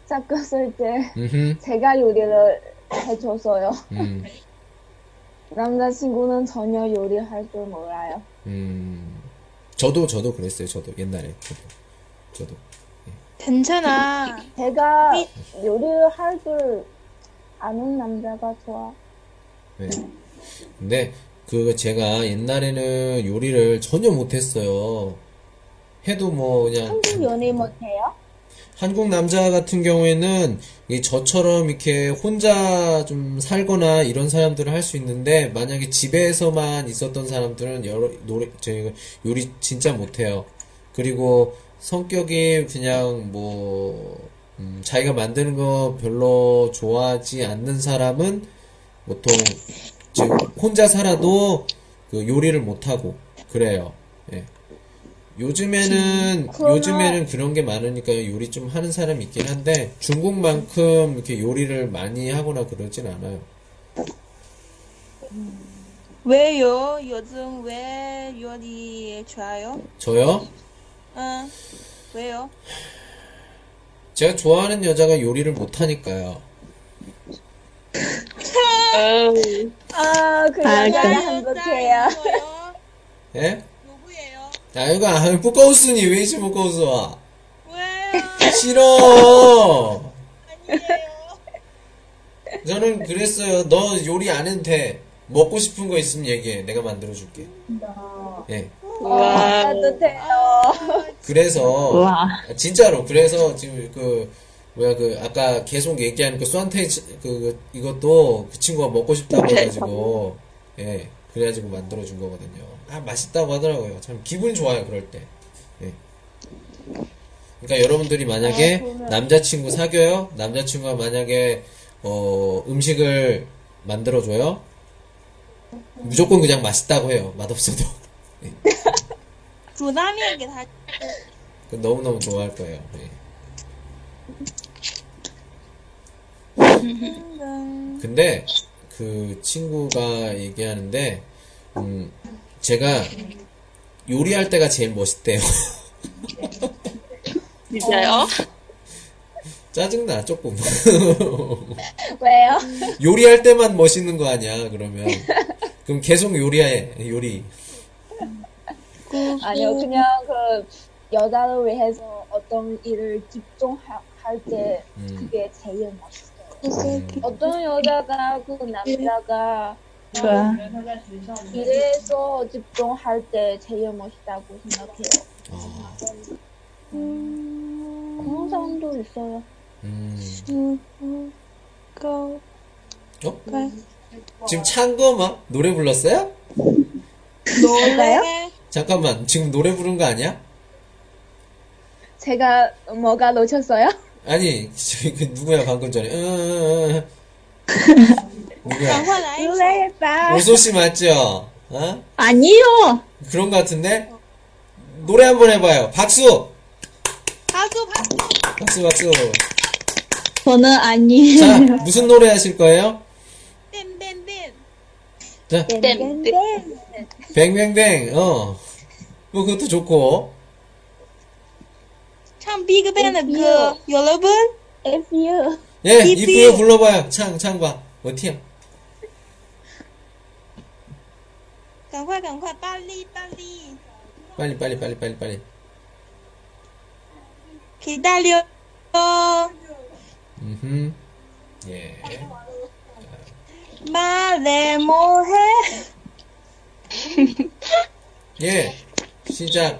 Speaker 6: 짝꿍을 때
Speaker 1: 음흠.
Speaker 6: 제가 요리를 해줬어요.
Speaker 1: 음,
Speaker 6: 남자친구는 전혀 요리할 줄 몰라요.
Speaker 1: 음. 저도, 저도 그랬어요. 저도. 옛날에. 저도. 저도.
Speaker 2: 괜찮아.
Speaker 6: 제가 요리를 할 줄 아는 남자가 좋아.
Speaker 1: 네. 근데, 그, 제가 옛날에는 요리를 전혀 못했어요. 해도 뭐, 그냥,
Speaker 6: 한국 요리 못해요?
Speaker 1: 한국 남자 같은 경우에는 이 저처럼 이렇게 혼자 좀 살거나 이런 사람들을 할 수 있는데 만약에 집에서만 있었던 사람들은 여러 노래 저 요리 진짜 못해요. 그리고 성격이 그냥 뭐 음, 자기가 만드는 거 별로 좋아하지 않는 사람은 보통 지금 혼자 살아도 그 요리를 못하고 그래요. 예. 요즘에는
Speaker 6: 그러나-
Speaker 1: 요즘에는 그런 게 많으니까 요리 좀 하는 사람이 있긴 한데 중국만큼 이렇게 요리를 많이 하거나 그러진 않아요.
Speaker 2: 왜요? 요즘 왜 요리 좋아요?
Speaker 1: 저요?
Speaker 2: 응. 왜요?
Speaker 1: 제가 좋아하는 여자가 요리를 못 하니까요.
Speaker 5: 어우,
Speaker 6: 아, 그 여자가
Speaker 2: 여자
Speaker 6: 행복해요.
Speaker 2: 이거요?
Speaker 1: 예?
Speaker 2: 누구예요?
Speaker 1: 아 이거 아 부끄러우니 왜 이렇게 부끄러워?
Speaker 2: 왜요?
Speaker 1: 싫어.
Speaker 2: 아니에요.
Speaker 1: 저는 그랬어요. 너 요리 안 해도 돼. 먹고 싶은 거 있으면 얘기해. 내가 만들어 줄게. 예.
Speaker 6: 어,
Speaker 5: 와.
Speaker 6: 따뜻해요.
Speaker 1: 그래서
Speaker 4: 우와.
Speaker 1: 아, 진짜로 그래서 지금 그 뭐야 그 아까 계속 얘기하는 그 수한테 그 이것도 그 친구가 먹고 싶다고
Speaker 4: 네.
Speaker 1: 해가지고 예 그래가지고 만들어준 거거든요 아 맛있다고 하더라고요 참 기분 좋아요 그럴 때 예. 그러니까 여러분들이 만약에
Speaker 4: 네.
Speaker 1: 남자친구 사귀어요 남자친구가 만약에 어 음식을 만들어줘요 무조건 그냥 맛있다고 해요 맛없어도
Speaker 2: 조남이에게 다
Speaker 1: 그 너무너무 좋아할 거예요 예. 근데 그 친구가 얘기하는데 음 제가 요리할 때가 제일 멋있대요.
Speaker 5: 진짜요?
Speaker 1: 짜증나 조금.
Speaker 6: 왜요?
Speaker 1: 요리할 때만 멋있는 거 아니야 그러면. 그럼 계속 요리해 요리.
Speaker 6: 아니요, 그냥 그 여자를 위해서 어떤 일을 집중할 때
Speaker 1: 음,
Speaker 6: 그게 제일 멋있어요.
Speaker 1: 음,
Speaker 6: 어떤 여자가 그 남자가
Speaker 4: 좋아.
Speaker 6: 일에서 집중할 때 제일 멋있다고 생각해요.
Speaker 1: 아,
Speaker 6: 그런 사람도 있어요.
Speaker 1: 음.
Speaker 2: 고.
Speaker 1: 어? 지금 찬 거 막 노래 불렀어요?
Speaker 2: 노래
Speaker 1: 잠깐만 지금 노래 부른 거 아니야?
Speaker 6: 제가 뭐가 놓쳤어요?
Speaker 1: 아니 저기 그 누구야 방금 전에 응, 응, 응. 누구야
Speaker 2: 转换来一首
Speaker 6: 놀라겠다.
Speaker 1: 오소 씨 맞죠? 어?
Speaker 4: 아니요.
Speaker 1: 그런 것 같은데 노래 한번 해봐요. 박수,
Speaker 2: 爬树爬树。
Speaker 1: 박수, 박수.
Speaker 4: 저는
Speaker 1: 자
Speaker 4: 아니에요.
Speaker 1: 무슨 노래 하실 거예요?
Speaker 2: 变变变，
Speaker 1: 자
Speaker 5: 땜, 땜.
Speaker 1: 뱅뱅뱅 어. 뭐 그것도 좋고
Speaker 2: 唱 Big Bang 的歌，有了不？
Speaker 6: If you
Speaker 1: 예
Speaker 2: 이쁘요.
Speaker 1: 이쁘요 불러봐요. 창 창과 뭐, 어티야?
Speaker 2: 赶快赶快，巴黎巴黎，
Speaker 1: 빨리 빨리 빨리 빨리 빨리.
Speaker 2: 给大刘哦，
Speaker 1: 음. 예.
Speaker 2: 马来莫 黑，
Speaker 1: 예. 시작.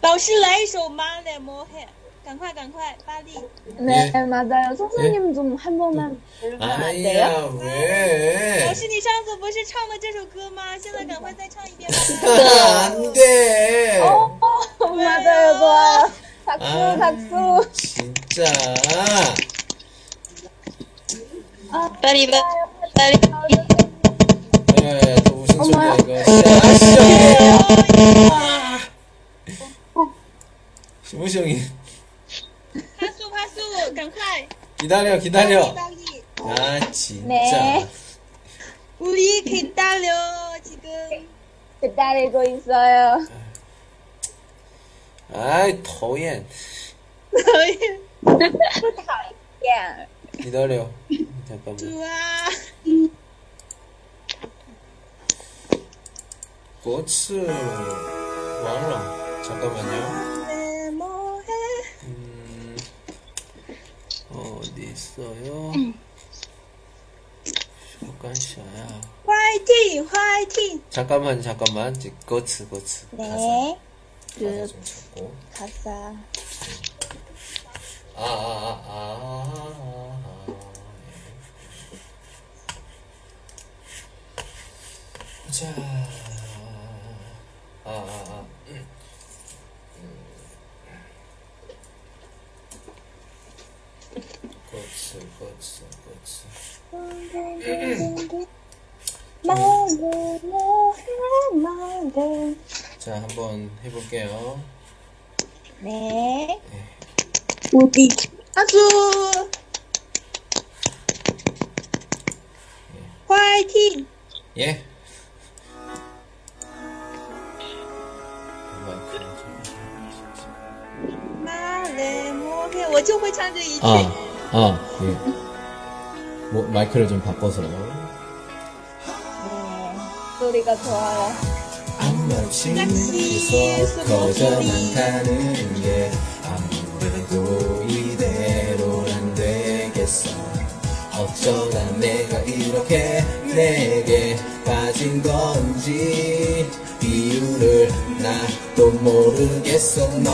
Speaker 2: 老师来一首马来莫黑，赶快赶快，巴黎，
Speaker 6: 네,
Speaker 1: 예.
Speaker 6: 맞아요. 선생님 좀 한 번만 불러주면 안 돼요?
Speaker 1: 아니야 왜?
Speaker 2: 老 师你上次不是唱了这首歌吗？现在赶快再唱一遍吧。
Speaker 1: 안 돼.
Speaker 6: 어, 맞아요, 좋아요. 박수,
Speaker 1: 예. 아.
Speaker 6: 박수.
Speaker 1: 진짜.
Speaker 5: 빨리 봐. 빨리.
Speaker 1: 에, 또 무슨 소리야 네, 이거. 아시죠?
Speaker 6: 어?
Speaker 1: 시무시영이
Speaker 2: 爬树爬树，赶快，
Speaker 1: 기다려
Speaker 2: 巴黎
Speaker 1: 기다려.
Speaker 2: 巴黎，
Speaker 1: 아 진짜.
Speaker 6: 어, 네.
Speaker 2: 우리给大刘几个，
Speaker 6: 기다리고 있어요.
Speaker 1: 아이 더엔
Speaker 6: 耶
Speaker 1: 기다려. 잠깐만.
Speaker 2: 哇，
Speaker 1: 고츠 왕랑 잠깐만요.
Speaker 2: 马来莫黑，
Speaker 1: 음, 어디 있어요? 잠깐 쉬어야.
Speaker 2: 快听快听，
Speaker 1: 잠깐만 잠깐만 이제 거츠 거츠 가사
Speaker 6: 네.
Speaker 1: 가사 좀 찾고
Speaker 6: 가사.
Speaker 1: 아아아아 아, 아, 예. 자 아아아 아, 음. 음. 거츠 거츠 거츠 자 한번 해볼게요
Speaker 6: 네.
Speaker 2: 阿祖，快听。
Speaker 1: 예. 마이크 좀-
Speaker 2: 马来莫黑，我就会唱这一句。
Speaker 1: 아, 아, 예. 뭐, 마이크를 좀 바꿔서.
Speaker 6: 소리가 좋아요.
Speaker 1: 아무렇지는
Speaker 2: 낚시에서
Speaker 1: 커져나가는 게 아무래도 이대로는 안 되겠어 어쩌다 내가 이렇게 내게 빠진 건지 이유를 나도 모르겠어 넌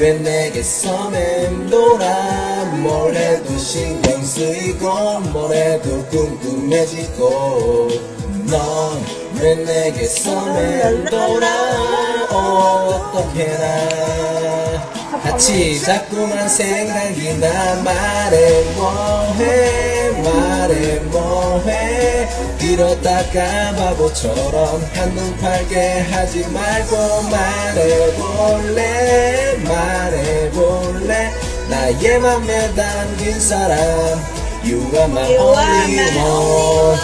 Speaker 1: 왜 내게서 맴돌아 뭘 해도 신경 쓰이고 뭘 해도 궁금해지고 넌 왜 내게서 맴돌아 어, 어떻게 나 같이 자꾸만 생각이 나 말해 뭐해 말해 뭐해 이러다가 바보처럼 한눈 팔게 하지 말고 말해볼래 말해볼래 나의 맘에 담긴 사람 You are my
Speaker 2: You are
Speaker 1: only
Speaker 2: my
Speaker 1: one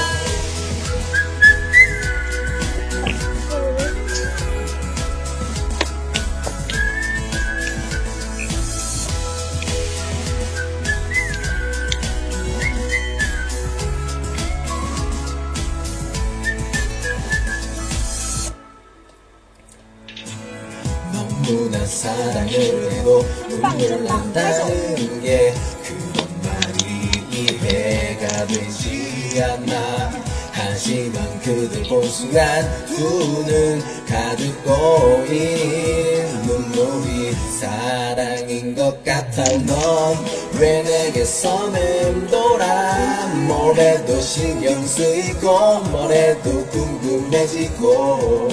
Speaker 1: 너무나 사랑을 해도 눈물 난다는 게 그런 말이 이해가 되지 않아 하지만 그댈 본 순간 두 눈 가득 고인 눈물이 사랑인 것 같아 넌 왜 내게서 맴돌아 뭘 해도 신경 쓰이고 뭘 해도 궁금해지고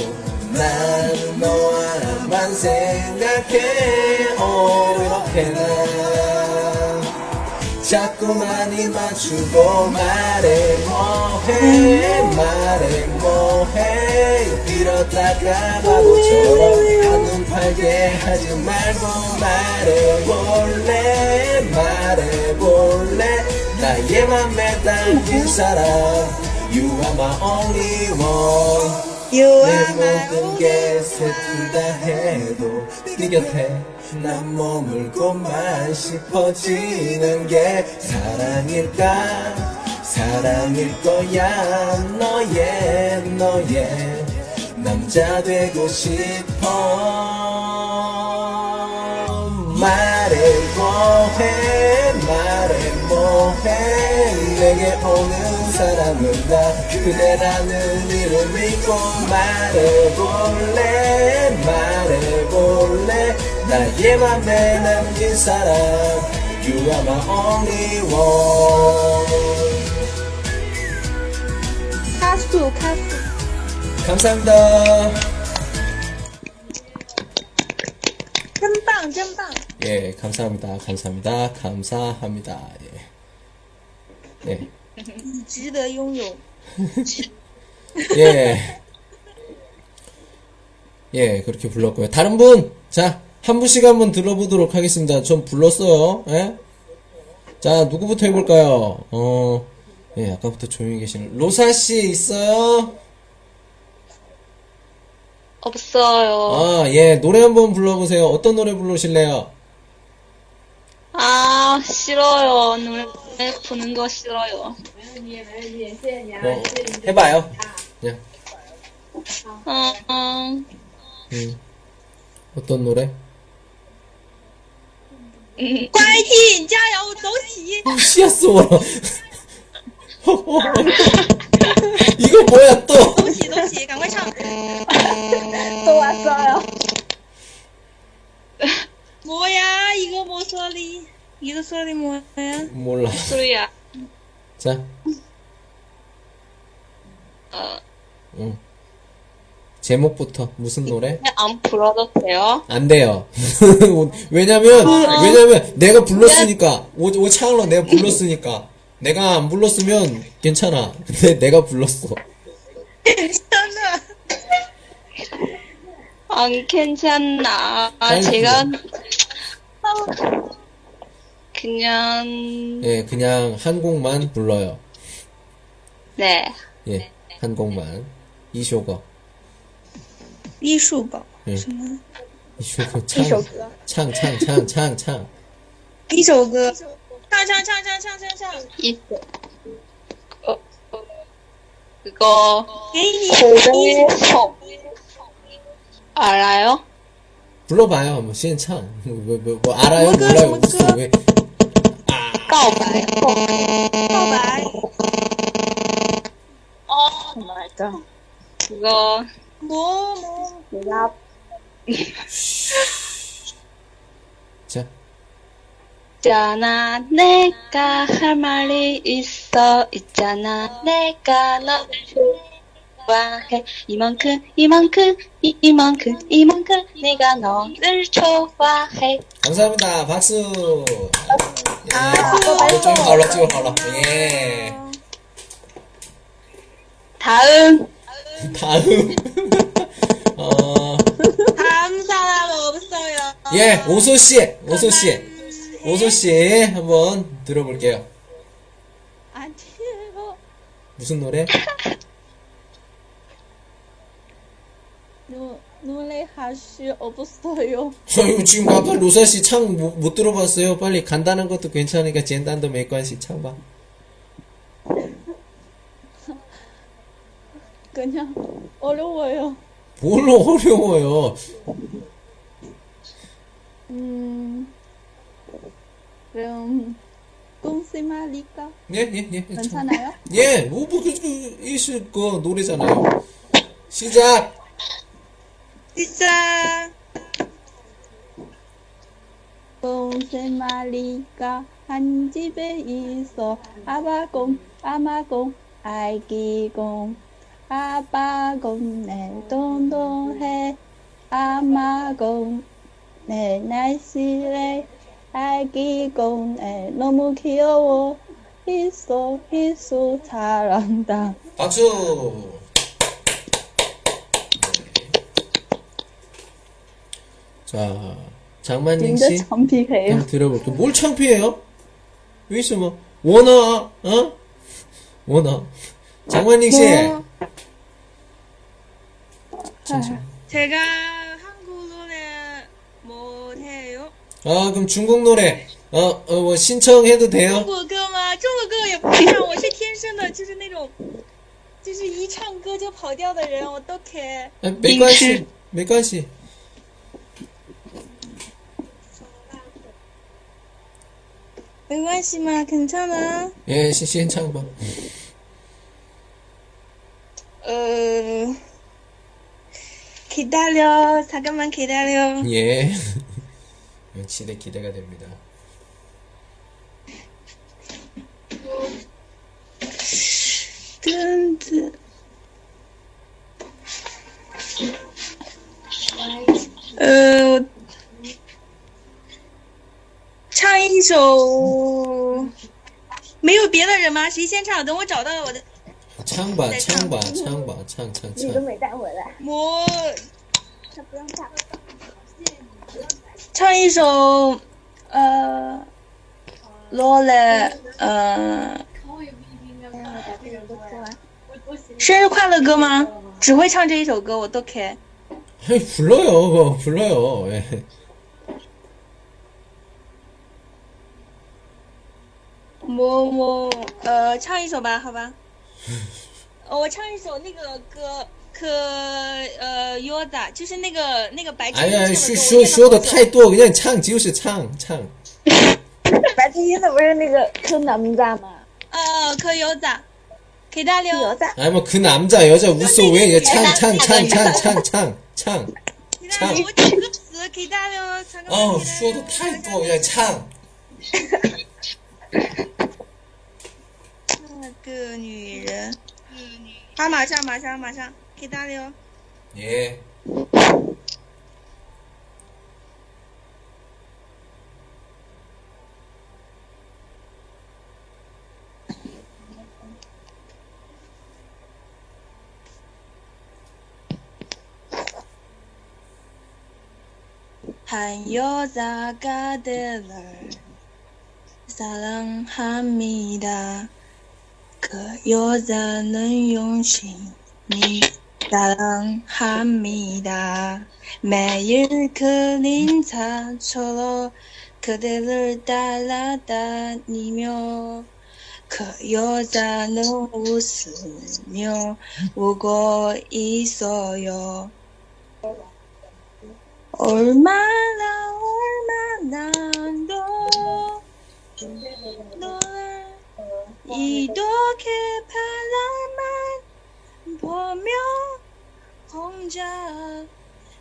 Speaker 1: 나는 너와만 생각해 어렵게나 자꾸만 입 맞추고 말해 뭐해 말해 뭐해 이러다가 바보처럼 한눈 팔게 하지 말고 말해 볼래 말해 볼래 나의 맘에 담긴 사람 You are my only one
Speaker 2: You are
Speaker 1: 내
Speaker 2: my
Speaker 1: 모든 게 슬프다 해도 네 곁에 난 머물고만 싶어지는 게 사랑일까 사랑일 거야 너의 너의 남자 되고 싶어 말해 뭐해 말해 뭐해 내게 오는 사람은 나 그대라는 이름 믿고 말해볼래 말해볼래 나의 맘에 남긴 사람 You are my only one
Speaker 2: 카스투 카스투
Speaker 1: 감사합니다
Speaker 2: 찐빵 찐빵
Speaker 1: 예 감사합니다 감사합니다 감사합니다 예 예.
Speaker 2: 值得拥有。
Speaker 1: 예. 예, 그렇게 불렀고요. 다른 분! 자, 한 분씩 한번 들어보도록 하겠습니다. 전 불렀어요. 예? 자, 누구부터 해볼까요? 어, 예, 아까부터 조용히 계시는. 로사씨 있어요?
Speaker 5: 없어요.
Speaker 1: 아, 예, 노래 한번 불러보세요. 어떤 노래 부르실래요?
Speaker 5: 아, 싫어요. 눈에 부는 거 싫어요.
Speaker 1: 뭐, 해봐요. 그냥,
Speaker 5: 어, 음,
Speaker 1: 음. 어떤 노래?
Speaker 2: 快进，加油，走起！
Speaker 1: 어, 씨앗 소라. 이거 뭐야, 또!
Speaker 2: 走起，走起，赶快唱！
Speaker 1: 네.
Speaker 6: 또 왔어요.
Speaker 2: 磨牙，一个摩梭里，一个梭里磨嗯牙。
Speaker 1: 몰라.
Speaker 5: 소리야.
Speaker 1: 자,
Speaker 5: 어,
Speaker 1: 응. 제목부터 무슨 노래?
Speaker 5: 안 불어도 돼요?
Speaker 1: 안 돼요. 왜냐면 왜냐면 내가 불렀으니까 오오 차일러 내가 불렀으니까 내가 안 불렀으면 괜찮아. 근데 내가 불렀어.
Speaker 5: 안 괜찮나. 아,
Speaker 1: 아니,
Speaker 5: 제가, 그냥,
Speaker 1: 예, 그냥 한 곡만 불러요.
Speaker 5: 네.
Speaker 1: 예, 한 곡만 이쇼거.
Speaker 2: 艺术宝
Speaker 1: 예,
Speaker 2: 什么？
Speaker 1: 이쇼거
Speaker 6: 이쇼거.
Speaker 1: 창창창창창창.
Speaker 2: 一首歌，唱唱唱唱唱唱唱，
Speaker 5: 있어. 어, 어, 그거,
Speaker 2: 给
Speaker 1: 네.
Speaker 2: 你一
Speaker 5: 고래통. 알아요?
Speaker 1: 불러봐요. 한번 시엔창. 뭐, 뭐, 뭐 알아요? 몰라요? 무슨 왜?
Speaker 5: 까오바요.
Speaker 2: 告白，
Speaker 5: 어,
Speaker 6: 맞아.
Speaker 5: 그거,
Speaker 2: 磨磨
Speaker 6: 내가
Speaker 1: 자,
Speaker 5: 있잖아 내가 할 말이 있어 있잖아 내가 너를 좋아해 이만큼 이만큼 이, 이만큼 이만큼 내가 너를 좋아해
Speaker 1: 감사합니다. 박수. 예. 어, 좀 갈라 찍어 갈라. 예.
Speaker 5: 다음
Speaker 1: 다음. 어,
Speaker 2: 他们上来了，我们上来了。
Speaker 1: 예, 오소 씨, 오소 씨, 오소 씨 한번 들어볼게요.
Speaker 2: 안 돼요.
Speaker 1: 무슨 노래?
Speaker 2: 노 노래 뭐, 할수 없어요.
Speaker 1: 저 이거 지금 아까 로사 씨창 못 들어봤어요. 빨리 간단한 것도 괜찮으니까 젠단도 메관씨 창 봐.
Speaker 2: 그냥 어려워요.
Speaker 1: 뭘로 어려워요.
Speaker 2: 음, 그럼 꽁스 말릴까?
Speaker 1: 예, 예, 예. 예, 창.
Speaker 2: 괜찮아요?
Speaker 1: 예, 뭐, 뭐, 그, 그, 있을 거 노래잖아요. 시작!
Speaker 2: 진짜. 꽁스 말릴까? 한 집에 있어. 아바공, 아마공, 알기공.
Speaker 6: 아빠곰 내 동동해 아마곰 내 날씨래 아기곰 내 너무 귀여워 희소 희소 잘한다
Speaker 1: 박수! 네. 자, 장만ning
Speaker 6: 진짜
Speaker 1: 씨.
Speaker 6: 창피해요
Speaker 1: 한번 들어볼게요. 뭘 창피해요? 왜 있어, 뭐. 원아, 어? 원아. 장만닝 씨.
Speaker 6: 네.
Speaker 1: 아, 진짜.
Speaker 2: 제가 한국 노래 뭐 못해요.
Speaker 1: 아, 그럼 중국 노래. 어, 어, 뭐, 신청해도 돼요?
Speaker 2: 中国歌吗？中国歌也不会唱，我是天生的，就是那种，就是一唱歌就跑调的人，我都可以。
Speaker 1: 아, 맥관씨. 맥관씨.
Speaker 2: 没关系嘛，肯唱啊。
Speaker 1: 예, 시, 신청해봐.
Speaker 2: 呃， 어, 기다려잠깐만기다려
Speaker 1: 예. 이건 기대, 기대가 됩니다.
Speaker 2: 뜬뜬呃，唱一首，没有别的人吗？谁先唱？等我找到我的
Speaker 1: 창바, 창바, 창바, 창, 창,
Speaker 3: 你都
Speaker 1: 창.
Speaker 3: 没带回来，
Speaker 2: 我
Speaker 3: 他不让带。
Speaker 2: 唱一首，呃，罗嘞，呃，生日快乐歌吗？只会唱这一首歌，我都 OK。
Speaker 1: 아니, 불러요, 그거. 불러요. 예.
Speaker 2: 我我呃，唱一首吧，好吧。呃我唱一首那个歌，可呃，Yoda，就是那个那个白痴
Speaker 1: 아니,
Speaker 2: 唱
Speaker 1: 아니,
Speaker 2: 的
Speaker 1: 쇼,
Speaker 2: 歌
Speaker 1: 쇼,
Speaker 2: 我念到
Speaker 1: 쇼도
Speaker 2: 口水
Speaker 1: 타이 또 그냥 창, 지우씨 창, 창.
Speaker 3: 白天天的不是那个坑南大吗？
Speaker 2: 呃，可 Yoda，给大家
Speaker 3: 有在，
Speaker 1: 아니 뭐 그 남자 여자 우소 왜 창창창창창창창
Speaker 2: 给大家
Speaker 1: 唱
Speaker 2: 我几个词，给大家唱个。
Speaker 1: 어우 수어도 타이고 그냥 창
Speaker 2: 那个女人，啊，马上马上马上，给大家。
Speaker 1: 예.
Speaker 2: 한 여자가 들을 사랑합니다. 그 여자는 용신이 사랑합니다. 매일 그린 차처럼 그대를 따라다니며 그 여자는 웃으며 울고 있어요. 얼마나 얼마나 너 너를 이렇게 바라만 보며 혼자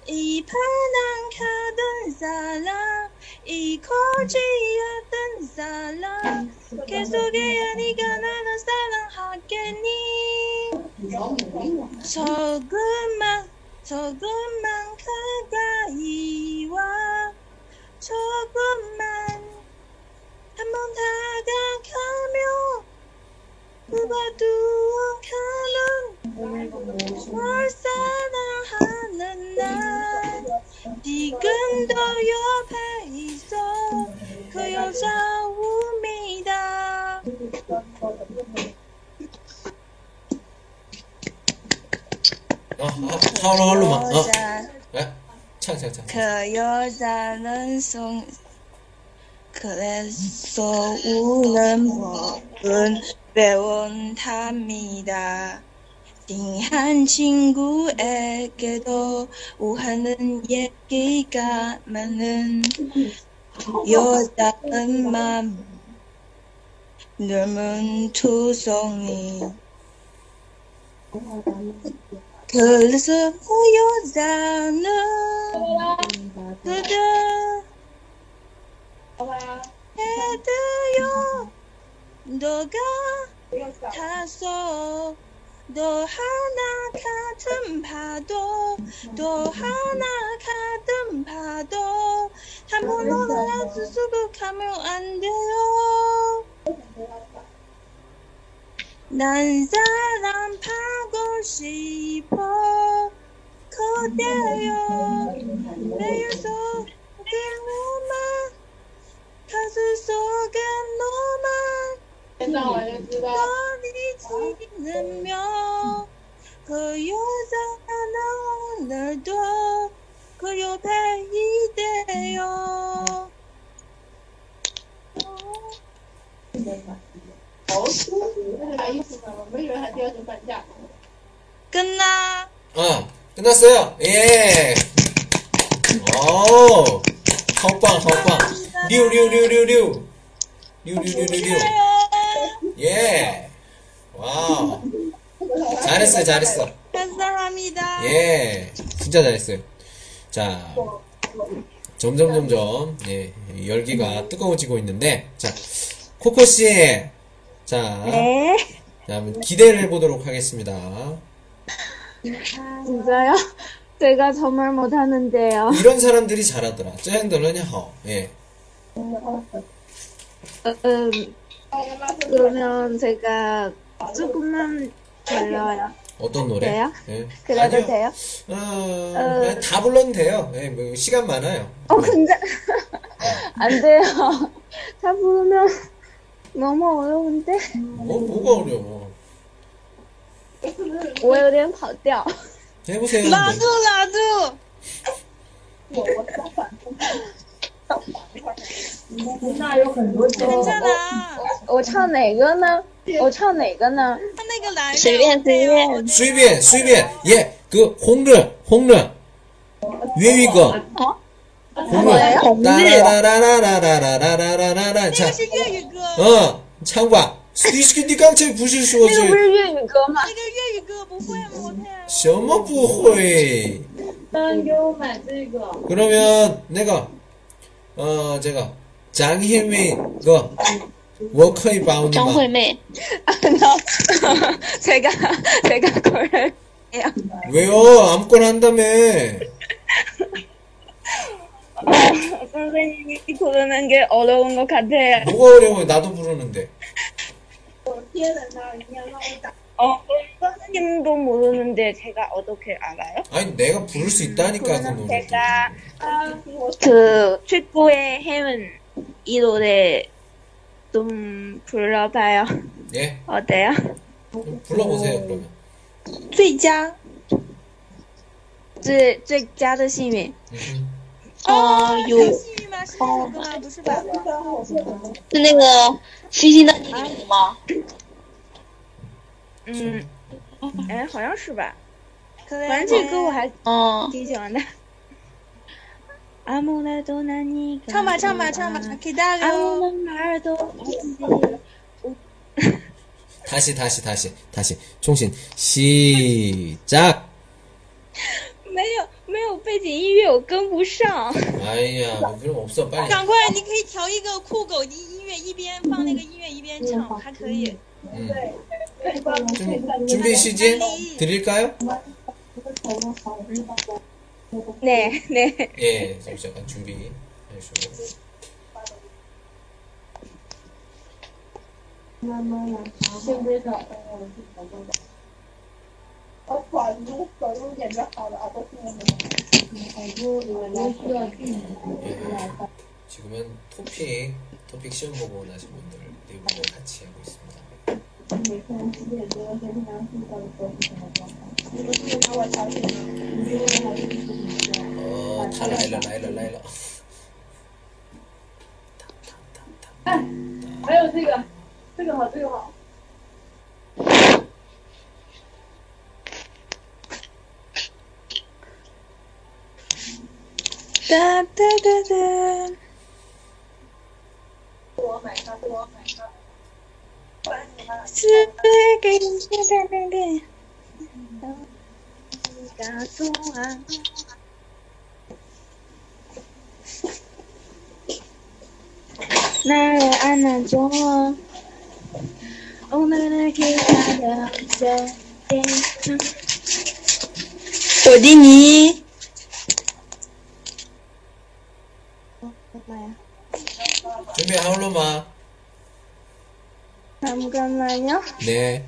Speaker 2: 이 바람 가던 사람 이 거지였던 사람 계속해야 네가 나를 사랑하겠니 조금만 조금만 가까이 와 조금만 한번 다가가며 그바둥 가는 널 사랑하는 날 지금도 옆에 있어 그 여자 웁니다
Speaker 1: 어, 어, 하울로 하울로만 어.
Speaker 2: 여자
Speaker 1: 예? 창창창
Speaker 2: 그 여자는 송 그래서 우는 법은 배운답니다. 친한 친구에게도 우하는 얘기가 많은 여자는 맘 넓은 투성이 그래서 그 여자는 그대 해드요 너가 다소 너 하나 같은 파도 또 하나 같은 파도 한 번으로 나도 수북하면 안 돼요 난 사랑하고 싶어 그대여 내 속에 너만 가슴 속에 너만 너를 지르며 그 여자 오늘도 그 옆에 있대요 끝나
Speaker 1: 어, 끝났어요. 예. 오, 헛빵, 헛빵. 류, 류, 류, 류, 류. 류, 류, 류, 류, 류. 예. 와우. 잘했어요, 잘했어.
Speaker 2: 감사합니다
Speaker 1: 예. 진짜 잘했어요. 자. 점점, 점점, 예. 열기가 뜨거워지고 있는데, 자. 코코씨. 자.
Speaker 3: 네.
Speaker 1: 자, 한번 기대를 해보도록 하겠습니다.
Speaker 3: 진짜요? 제가 정말 못하는데요.
Speaker 1: 이런 사람들이 잘하더라. 쟤들은요, 예.
Speaker 3: 음, 그러면 제가 조금만 불러요.
Speaker 1: 어떤 노래?
Speaker 3: 돼요?
Speaker 1: 예.
Speaker 6: 그래도
Speaker 1: 아니요.
Speaker 6: 돼요?
Speaker 1: 어, 예, 다 불러도 돼요. 예, 뭐 시간 많아요.
Speaker 6: 어, 근데 안 돼요.
Speaker 3: 다 부르면 너무 어려운데?
Speaker 1: 뭐, 뭐가 어려워.
Speaker 6: 我有点跑调。
Speaker 1: 해보세요. 한번.
Speaker 2: 라두 라두 괜찮아
Speaker 6: 我唱哪个呢？我唱哪个呢？
Speaker 2: 那个来
Speaker 5: 随便随便
Speaker 1: 수입엔, 수입엔. 예, 그, 홍르, 홍르. 외위거. 홍르. 따라라라라라라라라라라. 자,
Speaker 2: 这个是粤语歌，
Speaker 1: 어, 창과. 스티스키디 깡차이 부실 수어지.
Speaker 6: 不是粤语歌吗？
Speaker 2: 这个粤语歌不会，我看。
Speaker 1: 什么不会 그러면 내가 어 제가 장혜민 거 워커이 바운드
Speaker 5: 정惠妹
Speaker 6: 제가 제가 그걸
Speaker 1: 왜요 아무거나 한다며
Speaker 6: 선생님이 부르는 게 어려운 것 같아요.
Speaker 1: 뭐가 어려워요 나도 부르는데
Speaker 6: 어, 선생님도 모르는데 제가 어떻게 알아요?
Speaker 1: 아니 내가 부를 수 있다니까 그 노래
Speaker 6: 음, 제가 그 최고의 해운 이 노래 좀 불러봐요.
Speaker 1: 예
Speaker 6: 어때요?
Speaker 1: 그럼
Speaker 6: 음.
Speaker 1: 불러보세요 그러면
Speaker 2: 最佳
Speaker 6: 最最佳的幸运
Speaker 1: 음.
Speaker 5: 哦有
Speaker 2: 幸运啊吗？是这首歌吗？不是吧？
Speaker 5: 是那个星星的你舞吗？
Speaker 6: 嗯，哎，好像是吧。
Speaker 2: 可能
Speaker 6: 反正这歌我还
Speaker 5: 哦，
Speaker 6: 挺喜欢的。阿姆莱多南尼格
Speaker 2: 嗯唱吧唱吧唱吧，给大家
Speaker 6: 阿姆
Speaker 2: 哦。
Speaker 6: 莱马尔多。
Speaker 1: 다시 다시 다시 다시 총신 시작
Speaker 6: 没有没有背景音乐，我跟不上。
Speaker 1: 아이야 뭐 그럼 없어 빨리
Speaker 2: 赶快，你可以调一个酷狗的音乐，一边放那个音乐一边唱，还可以。
Speaker 1: 음. 준- 준비 시즌 드릴까요?
Speaker 6: 네 네.
Speaker 1: 예, 잠시만 준비. 해주시고. 예, 지금은 토픽, 토픽 시험 보고 원하신 분들 내부로 같이 하고 있습니다. 어, 다 라일러, 라일러, 라일러.
Speaker 2: 哒哒哒哒。是给你写在那个。大树啊。
Speaker 3: 나를 안아줘 오늘을 기다려줘
Speaker 2: 어디니?
Speaker 1: 준비 하울로마.
Speaker 3: 잠깐만요.
Speaker 1: 네.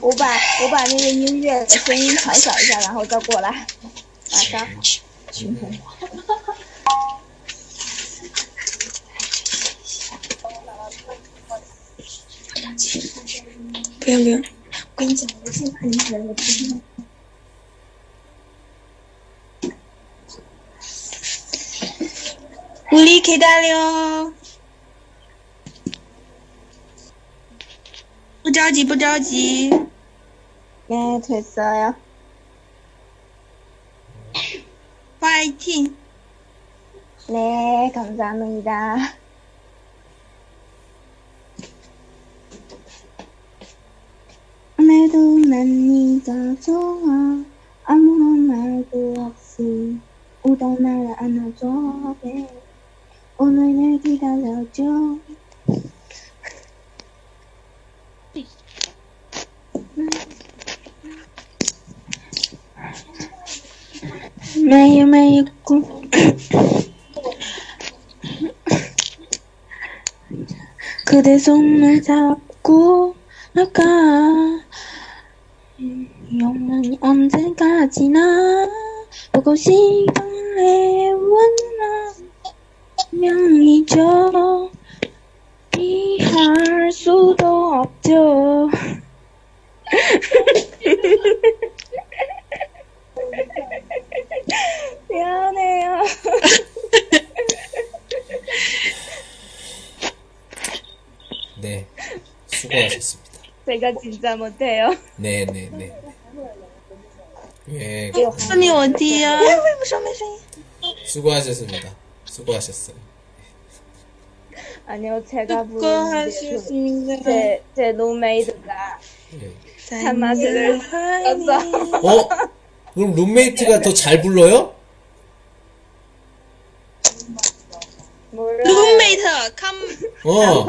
Speaker 6: 我把我把那个音乐的声音调小一下，然后再过来。马上，
Speaker 2: 不用不用，我跟你讲，我是很人的。우리기다려不着急不着急
Speaker 6: 哎，褪色呀！
Speaker 2: 화이팅
Speaker 6: 네감사합니다
Speaker 3: 오늘도 난 네가 좋아 아무런 말도 없이 오다 날 안아줘 babe. 오늘 날 기다려줘 매일 매일 꿈 그대 손을 잡고 나가 영원히 언제까지나 보고 싶은래 원나 명이죠 피할 수도 없죠 미안해요
Speaker 1: 네. 수고하셨습니다.
Speaker 3: 제가 진짜 못해요
Speaker 1: 네, 네, 네. 예,
Speaker 2: 손이 어디야?
Speaker 1: 수고하셨습니다. 수고하셨어요.
Speaker 6: 아니요, 제가 부르는데
Speaker 2: 수고하셨습니다.
Speaker 6: 제, 제 룸메이트가
Speaker 1: 예.
Speaker 6: 단맛을
Speaker 2: 어
Speaker 1: 어? 그럼 룸메이트가 더 잘 불러요?
Speaker 6: 몰라요.
Speaker 2: 룸메이트 캄
Speaker 1: 어.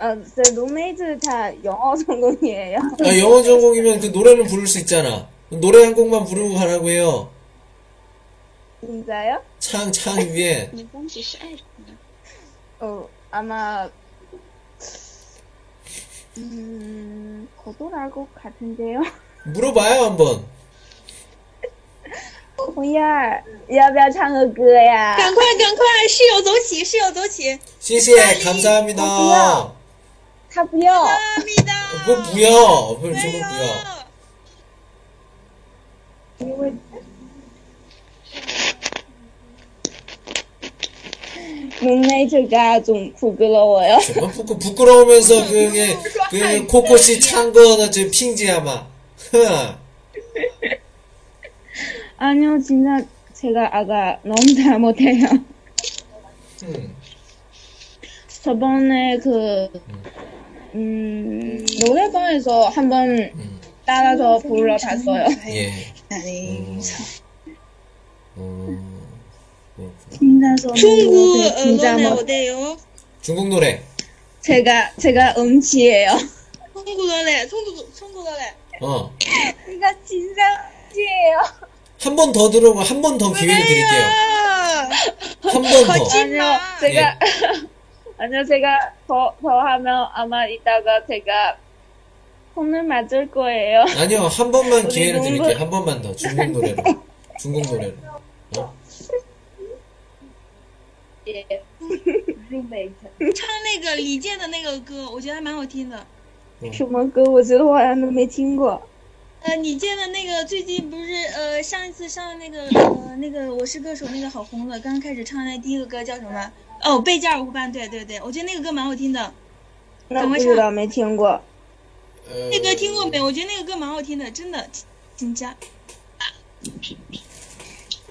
Speaker 6: 아, 제 룸메이트 다 영어 전공이에요.
Speaker 1: 아, 영어 전공이면 그 노래는 부를 수 있잖아. 노래 한 곡만 부르고 가라고 해요.
Speaker 6: 진짜요?
Speaker 1: 창, 창 위에.
Speaker 5: 你东西是爱什么？
Speaker 6: 어, 아마 음, 거돌할 것 같은데요.
Speaker 1: 물어봐요, 한번.
Speaker 6: 不要，要不要唱个歌呀？
Speaker 2: 赶快赶快，室友走起，室友走起，
Speaker 1: 씨씨에 감사합니다.
Speaker 6: 어, 他不要，
Speaker 2: 阿弥
Speaker 1: 뭐
Speaker 2: 陀
Speaker 1: 뭐야? 그걸 주는 뭐야?
Speaker 2: 佛。
Speaker 6: 룸메이트가 좀 부끄러워요.
Speaker 1: 정말 부끄, 부끄러우면서 그게 그 코코씨 창거나 저 핑지야마. 흐.
Speaker 6: 아니요, 진짜 제가 아가 너무 잘 못해요.
Speaker 1: 음.
Speaker 6: 저번에 그, 음, 노래방에서 한번
Speaker 1: 음.
Speaker 6: 따라서 불러 봤어요.
Speaker 1: 예. 어, 어, 그렇구나.
Speaker 2: 중국
Speaker 6: 진짜
Speaker 2: 언어는
Speaker 6: 뭐,
Speaker 2: 어때요?
Speaker 1: 중국 노래.
Speaker 6: 제가, 제가 음치예요.
Speaker 2: 呃 한국어래, 한국, 한국어래.
Speaker 1: 어.
Speaker 6: 제가 진짜 음치예요.
Speaker 1: 한 번 더 들어보고 한 번 더 기회를 드릴게요. 한 번 더. 예.
Speaker 6: 아니요, 제가, 아니요, 제가 더, 더 하면 아마 이따가 제가 손을 맞을 거예요.
Speaker 1: 아니요, 한 번만
Speaker 6: 우리
Speaker 1: 기회를
Speaker 6: 농구-
Speaker 1: 드릴게요. 한 번만 더. 중국 노래로. 중국 노래로. 어?
Speaker 6: 예. 룸메이트.
Speaker 2: 唱那个李健的那个歌，我觉得还蛮好听的。
Speaker 6: 什么歌？我觉得我好像都没听过。
Speaker 2: 呃，李健的那个最近不是呃上一次上那个呃那个我是歌手那个好红的，刚开始唱的第一个歌叫什么？哦，贝加尔湖畔，对对对，我觉得那个歌蛮好听的。
Speaker 6: 那
Speaker 2: 怎
Speaker 6: 不
Speaker 2: 么
Speaker 6: 知
Speaker 2: 唱
Speaker 6: 道没听过。
Speaker 2: 那歌听过没？我觉得那个歌蛮好听的，真的。紧张，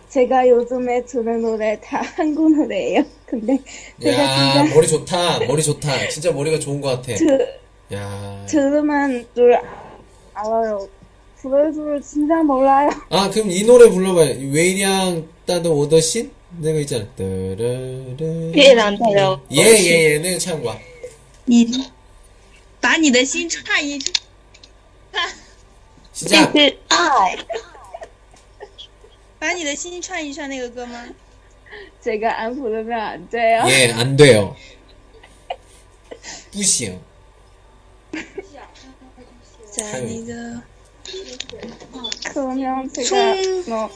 Speaker 6: 제가 요즘에 듣는 노래 다 한국 노래예요. 근데 제가
Speaker 1: 야,
Speaker 6: 진짜
Speaker 1: 머리 좋다. 머리 좋다. 진짜 머리가 좋은 것 같아.
Speaker 6: 드,
Speaker 1: 야.
Speaker 6: 들으면 줄 아- 알아요. 부를 줄 진짜 몰라요.
Speaker 1: 아, 그럼 이 노래 불러봐요. 웨이량 따도 오더신? 내거 있잖아. 르르르.
Speaker 5: 예, 안 돼요.
Speaker 1: 예, 예, 예. 내가 참고.
Speaker 4: 你
Speaker 2: 把你的心唱一唱。
Speaker 1: 시작.
Speaker 6: 네,
Speaker 2: 把你的心串一串那个歌吗？
Speaker 6: 제가 안 부르면 안 돼요.
Speaker 1: 예, 안 돼요. 뿌시요.
Speaker 2: 在嗯你的
Speaker 6: 그러면 제가 뭐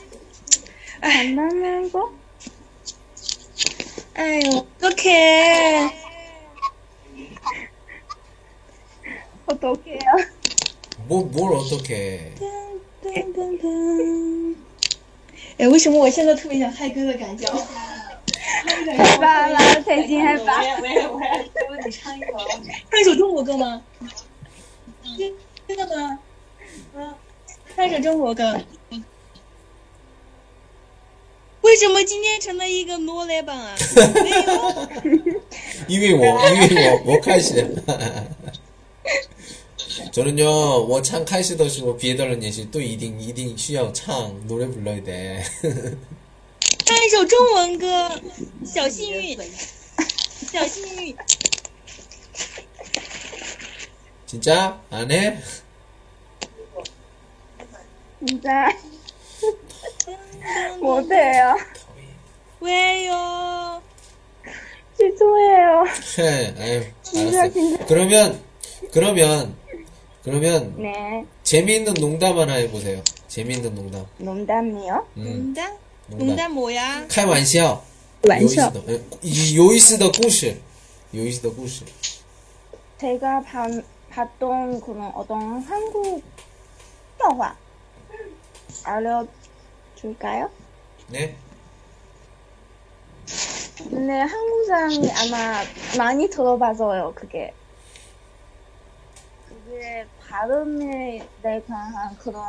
Speaker 6: 만나는 거?
Speaker 2: 哎呦，OK，
Speaker 6: 어떻게 해요?
Speaker 1: 뭐, 뭘 어떻게.
Speaker 2: 噔噔噔，
Speaker 4: 哎，为什么我现在特别想嗨哥的感觉？
Speaker 2: 哦
Speaker 6: 해봐, 나 대신 해봐.
Speaker 4: 唱一首中国歌吗？
Speaker 2: 真的吗？嗯，开始中国歌。为什么今天成了一个挪来榜啊？没有，
Speaker 1: 因为我因为我我开始 저는요, 워창 카이스더 시고 비에달런 예시 또 이딩 이딩 쉬어 창 노래 불러야 돼.
Speaker 2: 唱一首中文歌，《小幸运》，小幸运，
Speaker 1: 진짜 안 해?
Speaker 6: 진짜 못해요.
Speaker 2: 喂哟，
Speaker 6: 죄송해요.
Speaker 1: 해. 네, 아유,
Speaker 6: 진짜,
Speaker 1: 알았어.
Speaker 6: 진짜.
Speaker 1: 그러면 그러면 그러면
Speaker 6: 네,
Speaker 1: 재미있는 농담 하나 해보세요. 재미있는 농담.
Speaker 6: 농담이요.
Speaker 1: 음,
Speaker 2: 龙丹，龙
Speaker 1: 농담.
Speaker 2: 丹母呀，
Speaker 1: 开玩笑.
Speaker 6: 玩笑.
Speaker 1: 예, 요이스더 꾸시. 요이스더 꾸시.
Speaker 6: 제가 봐, 봤던 그런 어떤 한국 영화 알려줄까요?
Speaker 1: 네.
Speaker 6: 근데 한국 사람이 아마 많이 들어봐서요, 그게. 그게 발음에 대한 그런,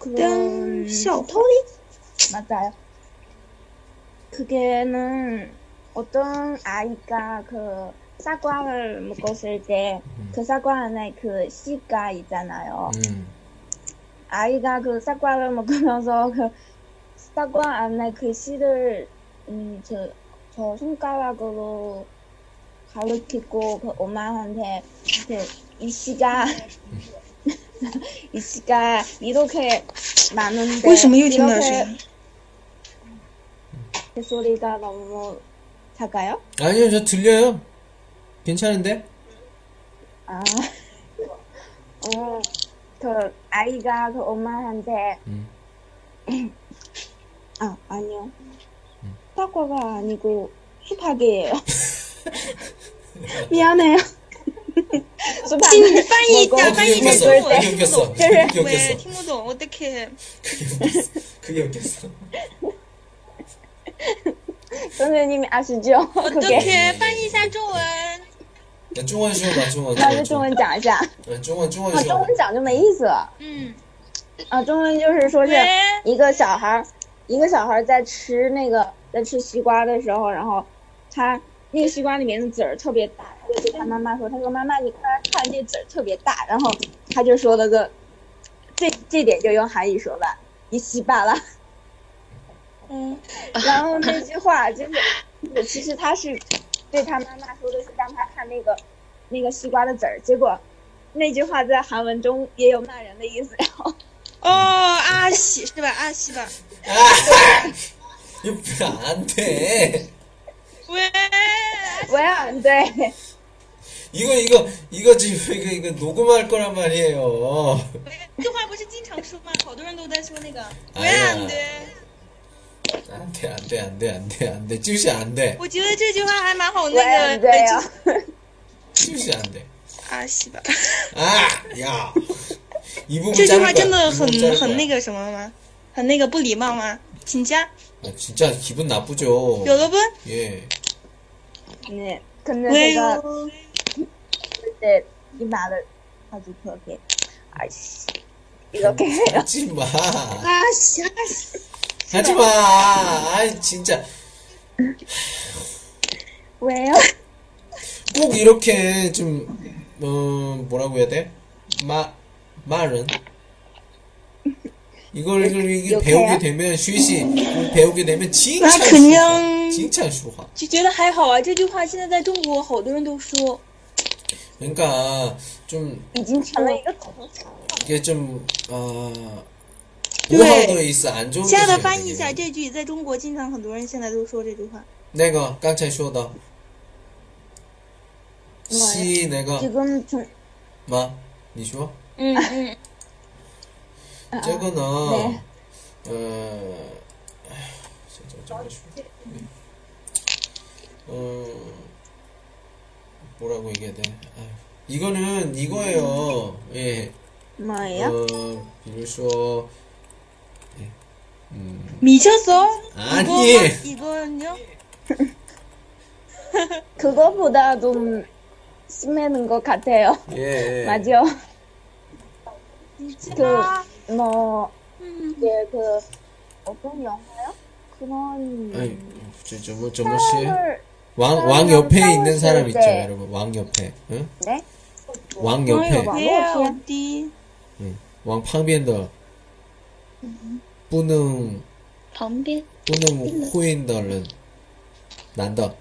Speaker 6: 그런,
Speaker 2: 땡쇼.
Speaker 6: 스토리? 맞아요. 그게는 어떤 아이가 그 사과를 먹었을 때, 그 사과 안에 그 씨가 있잖아요.
Speaker 1: 음.
Speaker 6: 아이가 그 사과를 먹으면서 그 사과 안에 그 씨를 음, 저, 저 손가락으로 가리키고 그 엄마한테 이렇게 이 씨가 이 씨가 이렇게 많은데
Speaker 4: 왜 지금 이렇게
Speaker 6: 이렇게
Speaker 4: 말하세요?
Speaker 6: 그 소리가 너무 작아요?
Speaker 1: 아니요, 저 들려요. 괜찮은데?
Speaker 6: 아, 어, 그 아이가 그 엄마한테
Speaker 1: 음.
Speaker 6: 아, 아니요. 사과가 아니고 수박이에요. 미안해요. 수박.
Speaker 2: 请你翻译一下，
Speaker 1: 어
Speaker 2: 翻
Speaker 1: 그게
Speaker 2: 译一下
Speaker 1: 웃겼어.
Speaker 2: 中文，
Speaker 1: 그게 웃겼어. 그게
Speaker 2: 听
Speaker 1: 웃겼어.
Speaker 2: 不懂，喂，听不懂，我的 K。
Speaker 1: 그게 웃겼어.
Speaker 6: 선생님이 아시죠? 그게.
Speaker 2: 어떻게翻译一下中文？
Speaker 1: 야 중원 쉬어봐, 중원.
Speaker 6: 那就
Speaker 1: 중원,
Speaker 6: 中
Speaker 1: 중원.
Speaker 6: 文讲一下，
Speaker 1: 야, 중원, 중원
Speaker 6: 啊，中
Speaker 1: 쉬어봐.
Speaker 6: 文讲就没意思了
Speaker 2: 嗯，
Speaker 6: 啊。中文就是说是
Speaker 2: 喂，
Speaker 6: 一个小孩儿，一个小孩儿在吃那个在吃西瓜的时候，然后他那个西瓜里面的籽儿特别大，他就对他妈妈说：“他说妈妈，你快来看这籽儿特别大。”然后他就说了个，这这点就用韩语说吧，一西巴拉。
Speaker 2: 嗯，
Speaker 6: 然后那句话就是， 其实他是对他妈妈说的是让他看那个那个西瓜的籽儿，结果那句话在韩文中也有骂人的意思。然后
Speaker 2: 哦，阿喜是吧？阿喜吧？
Speaker 1: 아! 이거 안 돼.
Speaker 2: 喂，
Speaker 6: well，对。
Speaker 1: 이거, 이거, 이거 지금 이거, 이거 녹음할 거란 말이에요.
Speaker 2: 这话不是经常说吗？好多人都在说那个。
Speaker 1: 哎
Speaker 2: 喂，
Speaker 1: 呀
Speaker 2: 安对，
Speaker 1: 안 돼, 안 돼, 안 돼, 안 돼, 안 돼. 찌우시 안 돼.
Speaker 2: 我觉得这句话还蛮好
Speaker 6: 我
Speaker 2: 那
Speaker 6: 也
Speaker 2: 个
Speaker 6: 这样
Speaker 2: 的。，
Speaker 1: 찌우시 안 돼.
Speaker 2: 阿喜啊吧，
Speaker 1: 아! 야! 이 부분
Speaker 2: 这句
Speaker 1: 자를
Speaker 2: 话
Speaker 1: 거야.
Speaker 2: 真的
Speaker 1: 이
Speaker 2: 很
Speaker 1: 부분 자를
Speaker 2: 很
Speaker 1: 거야.
Speaker 2: 那个什么吗？很那个不礼貌吗？请加
Speaker 1: 아, 진짜 기분 나쁘죠.
Speaker 2: 有了不？
Speaker 1: 예.
Speaker 6: 嗯，可能
Speaker 2: 喂
Speaker 6: 这个
Speaker 2: 哟，
Speaker 6: 对你买了，他就特别，哎，一个给
Speaker 1: 하지 마.
Speaker 2: 阿喜阿喜，
Speaker 1: 하지 마. 아이, 진짜.
Speaker 6: 喂哦，
Speaker 1: 꼭 이렇게 좀, 어, 뭐라고 해야 돼? 마, 말은? 이걸 이렇게
Speaker 6: 욕해요?
Speaker 1: 배우게 되면 슛이 배우게 되면 진짜
Speaker 2: 나
Speaker 1: 슈화,
Speaker 2: 그냥-
Speaker 1: 진짜 슈화.
Speaker 2: 就觉得还好啊。这句话现在在中国好多人都说，
Speaker 1: 그러니까 좀
Speaker 6: 已经成
Speaker 3: 뭐?
Speaker 6: 了一个
Speaker 1: 이게 좀 아.
Speaker 2: 네.
Speaker 1: 노하우도 있어 안 좋은
Speaker 2: 亲爱的
Speaker 1: 것이에요,
Speaker 2: 翻译一
Speaker 1: 이게.
Speaker 2: 下这句，在中国经常很多人现在都说这句话。
Speaker 1: 내가 깡차이 쇼다 시 내가
Speaker 6: 지금 중,
Speaker 1: 마 니쇼
Speaker 5: 嗯嗯，
Speaker 1: 저거는
Speaker 6: 네.
Speaker 1: 어 진짜 저거 슈- 어 뭐라고 얘기해야 돼 아휴. 이거는 이거예요 예
Speaker 2: 妈呀！
Speaker 1: 어, 비로소
Speaker 2: 米车索，
Speaker 1: 아니
Speaker 2: 一个你就
Speaker 6: 그거보다 좀 심해는 것 같아요.
Speaker 1: 예
Speaker 6: 맞죠?
Speaker 2: 你知
Speaker 6: 그
Speaker 2: 道，
Speaker 6: 뭐,
Speaker 2: 嗯，
Speaker 6: 이제 그, 어떤 영화요? 그런.
Speaker 1: 아니 저 저모 저모 씨왕왕
Speaker 6: 사람을-
Speaker 1: 아, 옆에
Speaker 6: 사람을
Speaker 1: 있는 사람 있죠
Speaker 6: 네.
Speaker 1: 여러분 왕 옆에 응?
Speaker 6: 네?
Speaker 1: 왕 옆에
Speaker 6: 网
Speaker 2: 没
Speaker 6: 络
Speaker 2: 有
Speaker 6: 片
Speaker 2: 的，
Speaker 1: 왕旁边的不能
Speaker 5: 旁边
Speaker 1: 不能混的人男的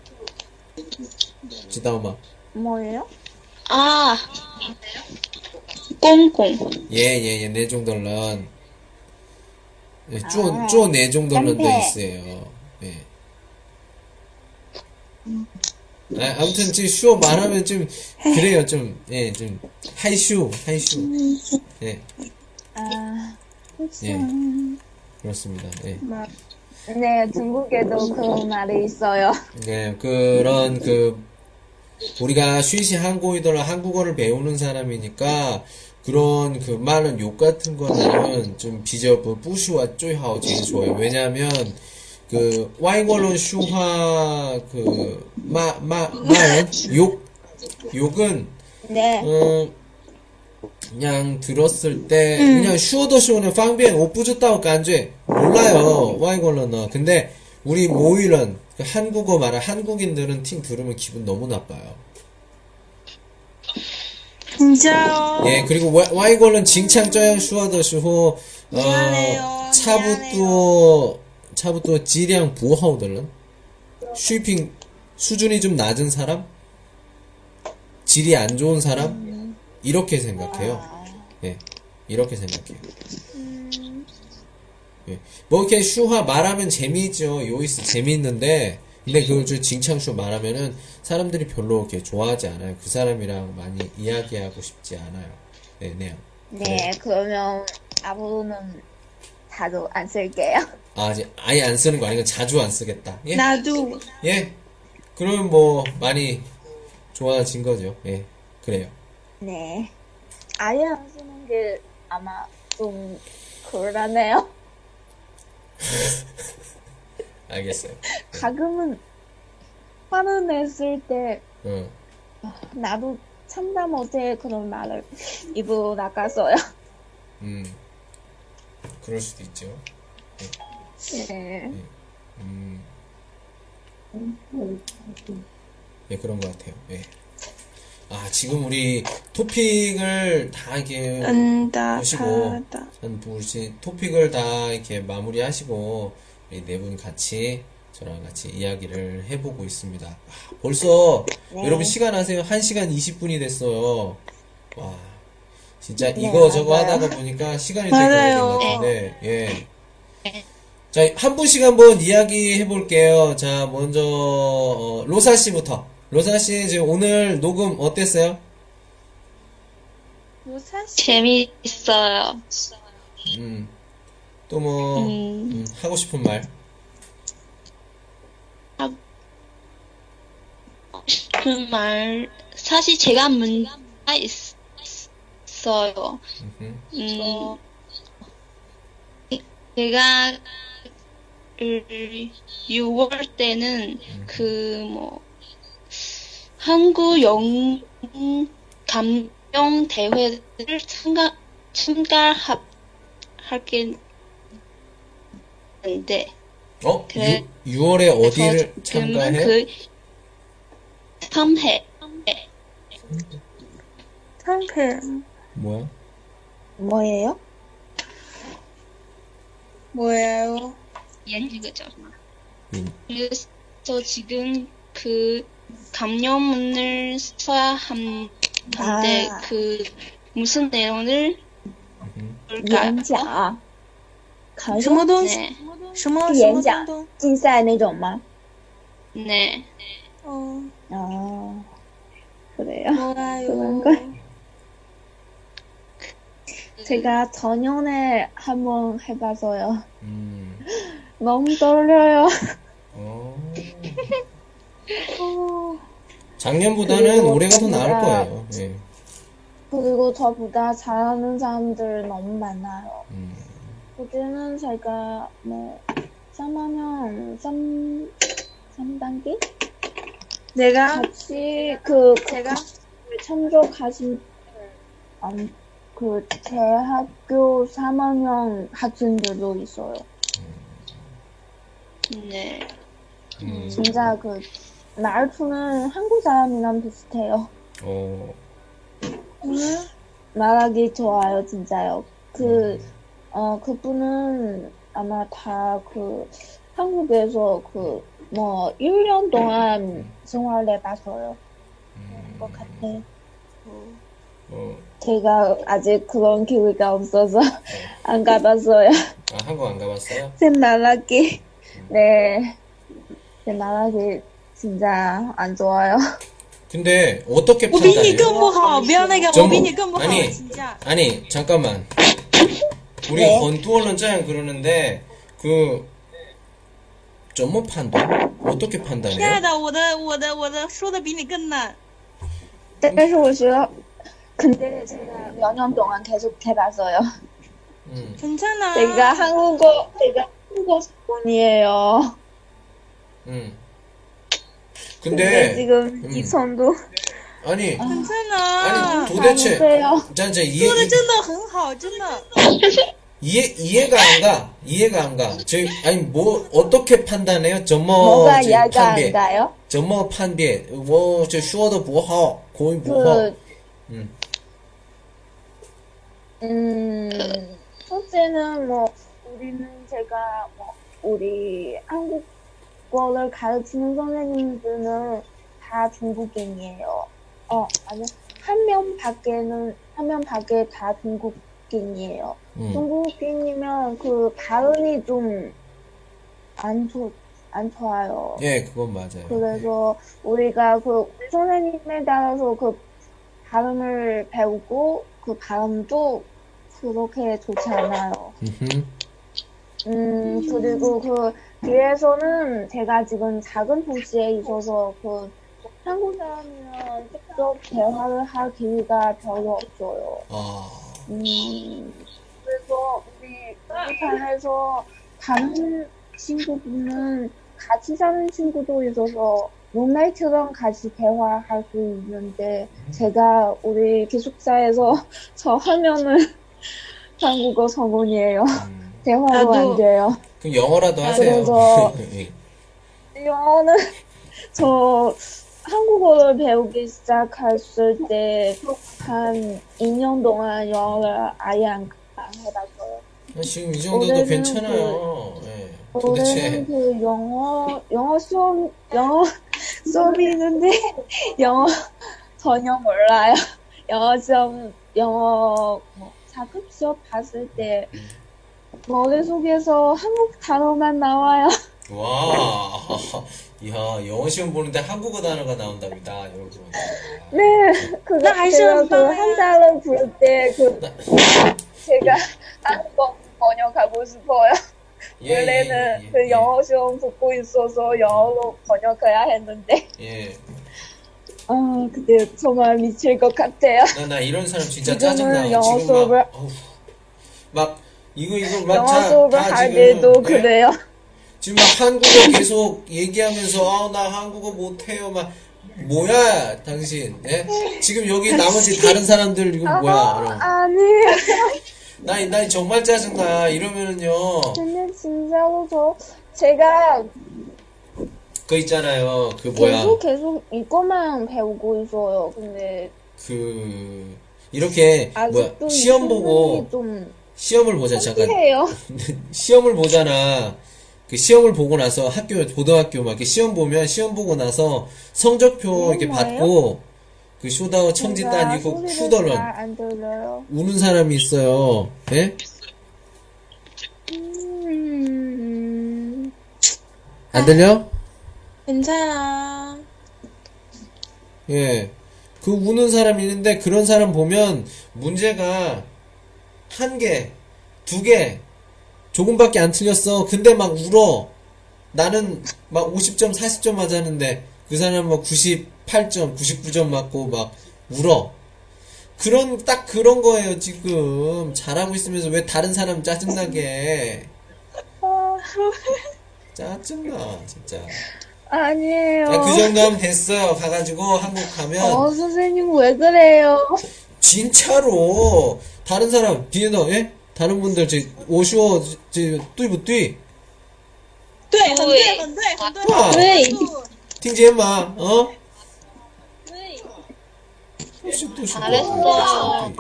Speaker 1: 知道吗
Speaker 6: 뭐예요?
Speaker 5: 啊，公公，
Speaker 1: 예예예 내 정도는 예, 쪼쪼내 네 정도는 돼 있어요 예 아, 아무튼 지금 쇼 말하면 좀 그래요 좀예좀 하이쇼 하이쇼 예
Speaker 6: 아,
Speaker 1: 예. 그렇습니다 예
Speaker 6: 네, 중국에도 그런 말이 있어요.
Speaker 1: 네, 그런 그 우리가 쉬시 한국이더라 한국어를 배우는 사람이니까 그런 그 많은 욕 같은 거는 좀 비저부 부슈와 쪼이하오 제일 좋아요. 왜냐하면 그 와이걸런 슈화 그마마 마은 욕 욕은
Speaker 6: 네.
Speaker 1: 음, 그냥 들었을 때 그냥 슈어더쇼는 방변 옷 부줬다고 간지 몰라요 와이걸러너 근데 우리 모일은 그 한국어 말한 한국인들은 팀 들으면 기분 너무 나빠요
Speaker 2: 你知道哦，
Speaker 1: 예 그리고 와- 와이걸런 징창 쩌양 슈어더쇼 어
Speaker 2: 미안해요.
Speaker 1: 차부터 차부터 지량 부하우들은 슈핑 수준이 좀 낮은 사람 질이 안 좋은 사람 이렇게 생각해요.
Speaker 2: 음.
Speaker 1: 예, 이렇게 생각해요. 예, 뭐 이렇게 슈화 말하면 재미있죠. 요이스 재미있는데 근데 그걸 좀 징창쇼 말하면은 사람들이 별로 이렇게 좋아하지 않아요. 그 사람이랑 많이 이야기하고 싶지 않아요. 네, 네요.
Speaker 6: 네, 그러면 앞으로는 자주 안 쓸게요.
Speaker 1: 아, 이제 아예 안 쓰는 거 아니고 자주 안 쓰겠다. 예,
Speaker 2: 那度
Speaker 1: 예. 그러면 뭐 많이 좋아진 거죠. 예, 그래요.
Speaker 6: 네. 아예 안 쓰는 게 아마 좀 곤란해요.
Speaker 1: 알겠어요.
Speaker 6: 가끔은 화를 냈을 때
Speaker 1: 응.
Speaker 6: 나도 참다 못해 그런 말을 입으로 나가서요.
Speaker 1: 음, 그럴 수도 있죠.
Speaker 6: 네.
Speaker 1: 음. 예, 그런 것 같아요. 예. 아, 지금 우리 토픽을 다 이렇게
Speaker 2: 嗯哒
Speaker 1: 是
Speaker 2: 啪
Speaker 1: 我
Speaker 2: 哒，
Speaker 1: 한 분씩 토픽을 다 이렇게 마무리하시고 우리 네 분 같이 저랑 같이 이야기를 해보고 있습니다. 아, 벌써
Speaker 2: 네.
Speaker 1: 여러분 시간 아세요? 1시간 20분이 됐어요. 와. 진짜 이거 저거 하다가 보니까 시간이 되게 오래
Speaker 2: 네, 맞아요.
Speaker 1: 것 같은데. 예. 자, 한 분씩 한번 이야기 해볼게요. 자, 먼저, 어, 로사 씨부터. 로사 씨, 지금 오늘 녹음 어땠어요?
Speaker 5: 재미있어요.
Speaker 1: 음. 또 뭐,
Speaker 5: 음.
Speaker 1: 음, 하고 싶은 말.
Speaker 5: 그말 사실 제가 문제가 있- 있어요.
Speaker 1: 음.
Speaker 5: 음, 제가 을- 6월 때는
Speaker 1: 음.
Speaker 5: 그 뭐 한국 영 감정 대회를 참가 참가하게 했는데
Speaker 1: 어?
Speaker 5: 그래.
Speaker 1: 유, 6월에 어디를
Speaker 5: 저 지금은
Speaker 1: 참가해?
Speaker 5: 그 참회
Speaker 2: 看看。
Speaker 1: 뭐야?
Speaker 6: 뭐예요?
Speaker 2: 뭐예요?
Speaker 5: 얘기가 죠
Speaker 1: 음.
Speaker 5: 그래서 지금 그 감염문을 써야 함- 한데
Speaker 3: 아.
Speaker 5: 그 무슨 내용을 볼까요?
Speaker 6: 演讲，考
Speaker 2: 什么东西？
Speaker 5: 네,
Speaker 2: 什么什么
Speaker 6: 演
Speaker 2: 东
Speaker 6: 讲
Speaker 2: 东？
Speaker 6: 竞赛那种吗？
Speaker 5: 네.
Speaker 2: 어,
Speaker 6: 哦， 아, 그래요
Speaker 2: 좋아요.
Speaker 6: 그런 걸? 제가 작년에 한번 해봐서요.
Speaker 1: 음.
Speaker 6: 너무 떨려요.
Speaker 1: 어.
Speaker 6: 어,
Speaker 1: 작년보다는
Speaker 6: 그리고
Speaker 1: 올해가 더 나을
Speaker 6: 제가-
Speaker 1: 거예요. 예.
Speaker 6: 그리고 저보다 잘하는 사람들 너무 많아요.
Speaker 1: 음.
Speaker 6: 그때는 제가 뭐 3학년 3, 3단계?
Speaker 2: 내가
Speaker 6: 같이 그
Speaker 2: 제가
Speaker 6: 참석하신 음, 그 대학교 3학년 학생들도 있어요.
Speaker 5: 네.
Speaker 1: 음.
Speaker 6: 진짜 그 말투는 한국 사람이랑 비슷해요.
Speaker 1: 어.
Speaker 6: 말하기 좋아요, 진짜요. 그, 어, 그분은 아마 다 그, 한국에서 그, 뭐, 1년 동안 생활을 해봐서요.
Speaker 1: 음.
Speaker 6: 것 같아요.
Speaker 1: 어.
Speaker 6: 제가 아직 그런 기회가 없어서 안 가봤어요.
Speaker 1: 아, 한국 안 가봤어요?
Speaker 6: 제 말하기, 네. 제 말하기 진짜 안 좋아요.
Speaker 1: 음. 근데 어떻게
Speaker 2: 我比你
Speaker 1: 판단해요?
Speaker 2: 更不好，不要那个，
Speaker 1: 真
Speaker 2: 我比
Speaker 1: 不
Speaker 2: 你更不好
Speaker 1: 哎，
Speaker 2: 请假。
Speaker 1: 아니 잠깐만 우리
Speaker 5: 네.
Speaker 1: 권투원론 짜양 그러는데 그 점뭐 판단 어떻게
Speaker 2: 亲爱
Speaker 1: 판단해요?
Speaker 2: 的，我的我的我的说的比你更难。
Speaker 6: 근데 我觉得 근데 제가 몇 년 동안 계속 해봤어요.
Speaker 1: 음.
Speaker 2: 괜찮아.
Speaker 6: 제가 한국어, 제가 한국어 전공이에요.
Speaker 1: 음.
Speaker 6: 근데
Speaker 1: 근데
Speaker 6: 지금
Speaker 1: 네. 음.
Speaker 6: 이 손도
Speaker 1: 아니
Speaker 2: 괜찮아.
Speaker 1: 아니 도대체
Speaker 6: 그래요.
Speaker 1: 자 이제 이해
Speaker 2: 说的真的很好，真的。
Speaker 1: 이해 이해가 안 가 이해가 안가즉 아니 뭐 어떻게 판단해요? 점뭐
Speaker 6: 뭐가
Speaker 1: 저
Speaker 6: 이해가
Speaker 1: 판별
Speaker 6: 안 가요?
Speaker 1: 점뭐 판별 뭐저 슈어도 보호 고이 보호
Speaker 6: 그,
Speaker 1: 음.
Speaker 6: 음, 첫째는 뭐, 우리는 제가, 뭐, 우리 한국어를 가르치는 선생님들은 다 중국인이에요. 어, 아니, 한 명 밖에는, 한 명 밖에 다 중국인이에요.
Speaker 1: 음.
Speaker 6: 중국인이면 그 발음이 좀 안 좋, 안 좋아요.
Speaker 1: 예 그건 맞아요.
Speaker 6: 그래서 우리가 그 선생님에 따라서 그 발음을 배우고 그 발음도 그렇게 좋지 않아요.
Speaker 1: 음흠.
Speaker 6: 음, 그리고 그 뒤에서는 제가 지금 작은 도시에 있어서 그 한국 사람이랑 직접 대화를 할 기회가 별로 없어요.
Speaker 1: 아.
Speaker 6: 음, 그래서 우리 부산에서 다른 친구분은 같이 사는 친구도 있어서 룸메이트랑 같이 대화할 수 있는데 제가 우리 기숙사에서 저 하면은 한국어 전공이에요.
Speaker 1: 음.
Speaker 6: 대화도
Speaker 2: 나도-
Speaker 6: 안 돼요.
Speaker 1: 그럼 영어라도 하세요.
Speaker 6: 아, 그래서-
Speaker 1: 예.
Speaker 6: 영어는 저 한국어를 배우기 시작했을 때 한 2년 동안 영어를 아예 안, 안 해봤어요.
Speaker 1: 아, 지금 이 정도도
Speaker 6: 올해는
Speaker 1: 괜찮아요. 예.
Speaker 6: 올해는
Speaker 1: 도대체
Speaker 6: 그 영어 영어 수업 영어 수업이 있는데 영어 전혀 몰라요. 영어 시험 영어 뭐 자급 시험 봤을 때 머릿속에서 한국 단어만 나와요.
Speaker 1: 와, 이야 영어 시험 보는데 한국어 단어가 나온답니다, 여러분.
Speaker 6: 네, 그거
Speaker 2: 나 알죠,
Speaker 6: 제가 그
Speaker 2: 엄마야.
Speaker 6: 한자를 부를 때 그
Speaker 1: 나-
Speaker 6: 제가 한국 번역하고 싶어요.
Speaker 1: 예,
Speaker 6: 원래는
Speaker 1: 예, 예,
Speaker 6: 그 영어 시험 듣고 있어서 영어로 번역해야 했는데
Speaker 1: 예.
Speaker 6: 아 그때 정말 미칠 것 같아요.
Speaker 1: 나, 나 이런 사람 진짜
Speaker 6: 지금은
Speaker 1: 짜증나.
Speaker 6: 영어
Speaker 1: 지금 막,
Speaker 6: 수업을-
Speaker 1: 어우, 막 이거 이거 막
Speaker 6: 영어
Speaker 1: 다-
Speaker 6: 수업을
Speaker 1: 다
Speaker 6: 할
Speaker 1: 지금은,
Speaker 6: 때도
Speaker 1: 예?
Speaker 6: 그래요.
Speaker 1: 지금 막 한국어 계속 얘기하면서 아, 나 한국어 못해요 막 뭐야 당신 예? 지금 여기 나머지 다른 사람들 이거 뭐야 그럼.
Speaker 6: 아니,
Speaker 1: 나, 나 정말 짜증나. 이러면은요.
Speaker 6: 근데 진짜로 저 제가
Speaker 1: 그거 있잖아요. 그 뭐야.
Speaker 6: 계속 계속 이것만 배우고 있어요. 근데
Speaker 1: 그, 이렇게, 뭐야.
Speaker 6: 아직도 이
Speaker 1: 시험 보고,
Speaker 6: 생각이 좀
Speaker 1: 시험을 보자 잠깐
Speaker 6: 해요.
Speaker 1: 시험을 보잖아. 그 시험을 보고 나서 학교 고등학교 막 이렇게 시험 보면 시험 보고 나서 성적표 이렇게 받고 그 쇼다우 청지 따지고 쿠더런
Speaker 6: 안 들려요.
Speaker 1: 우는 사람이 있어요. 예?
Speaker 6: 음,
Speaker 1: 안 들려?
Speaker 2: 괜찮아.
Speaker 1: 예. 그 우는 사람이 있는데 그런 사람 보면 문제가 한 개, 두 개, 조금밖에 안 틀렸어. 근데 막 울어. 나는 막 50점, 40점 맞았는데 그 사람은 막 98점, 99점 맞고 막 울어. 그런, 딱 그런 거예요, 지금. 잘하고 있으면서 왜 다른 사람 짜증나게. 해? 짜증나, 진짜.
Speaker 6: 아니에요.
Speaker 1: 아, 그 정도 하면 됐어요. 가가지고 한국 가면
Speaker 6: 어, 선생님 왜 그래요?
Speaker 1: 진짜로 다른 사람 비에너 예? 다른 분들 지 오슈어 지 뚜이부뚜이
Speaker 2: 对，很对，很对，很对，
Speaker 1: 哇
Speaker 2: 很对
Speaker 1: 팅지엠마 어? 뚜시 뚜시
Speaker 5: 잘했어.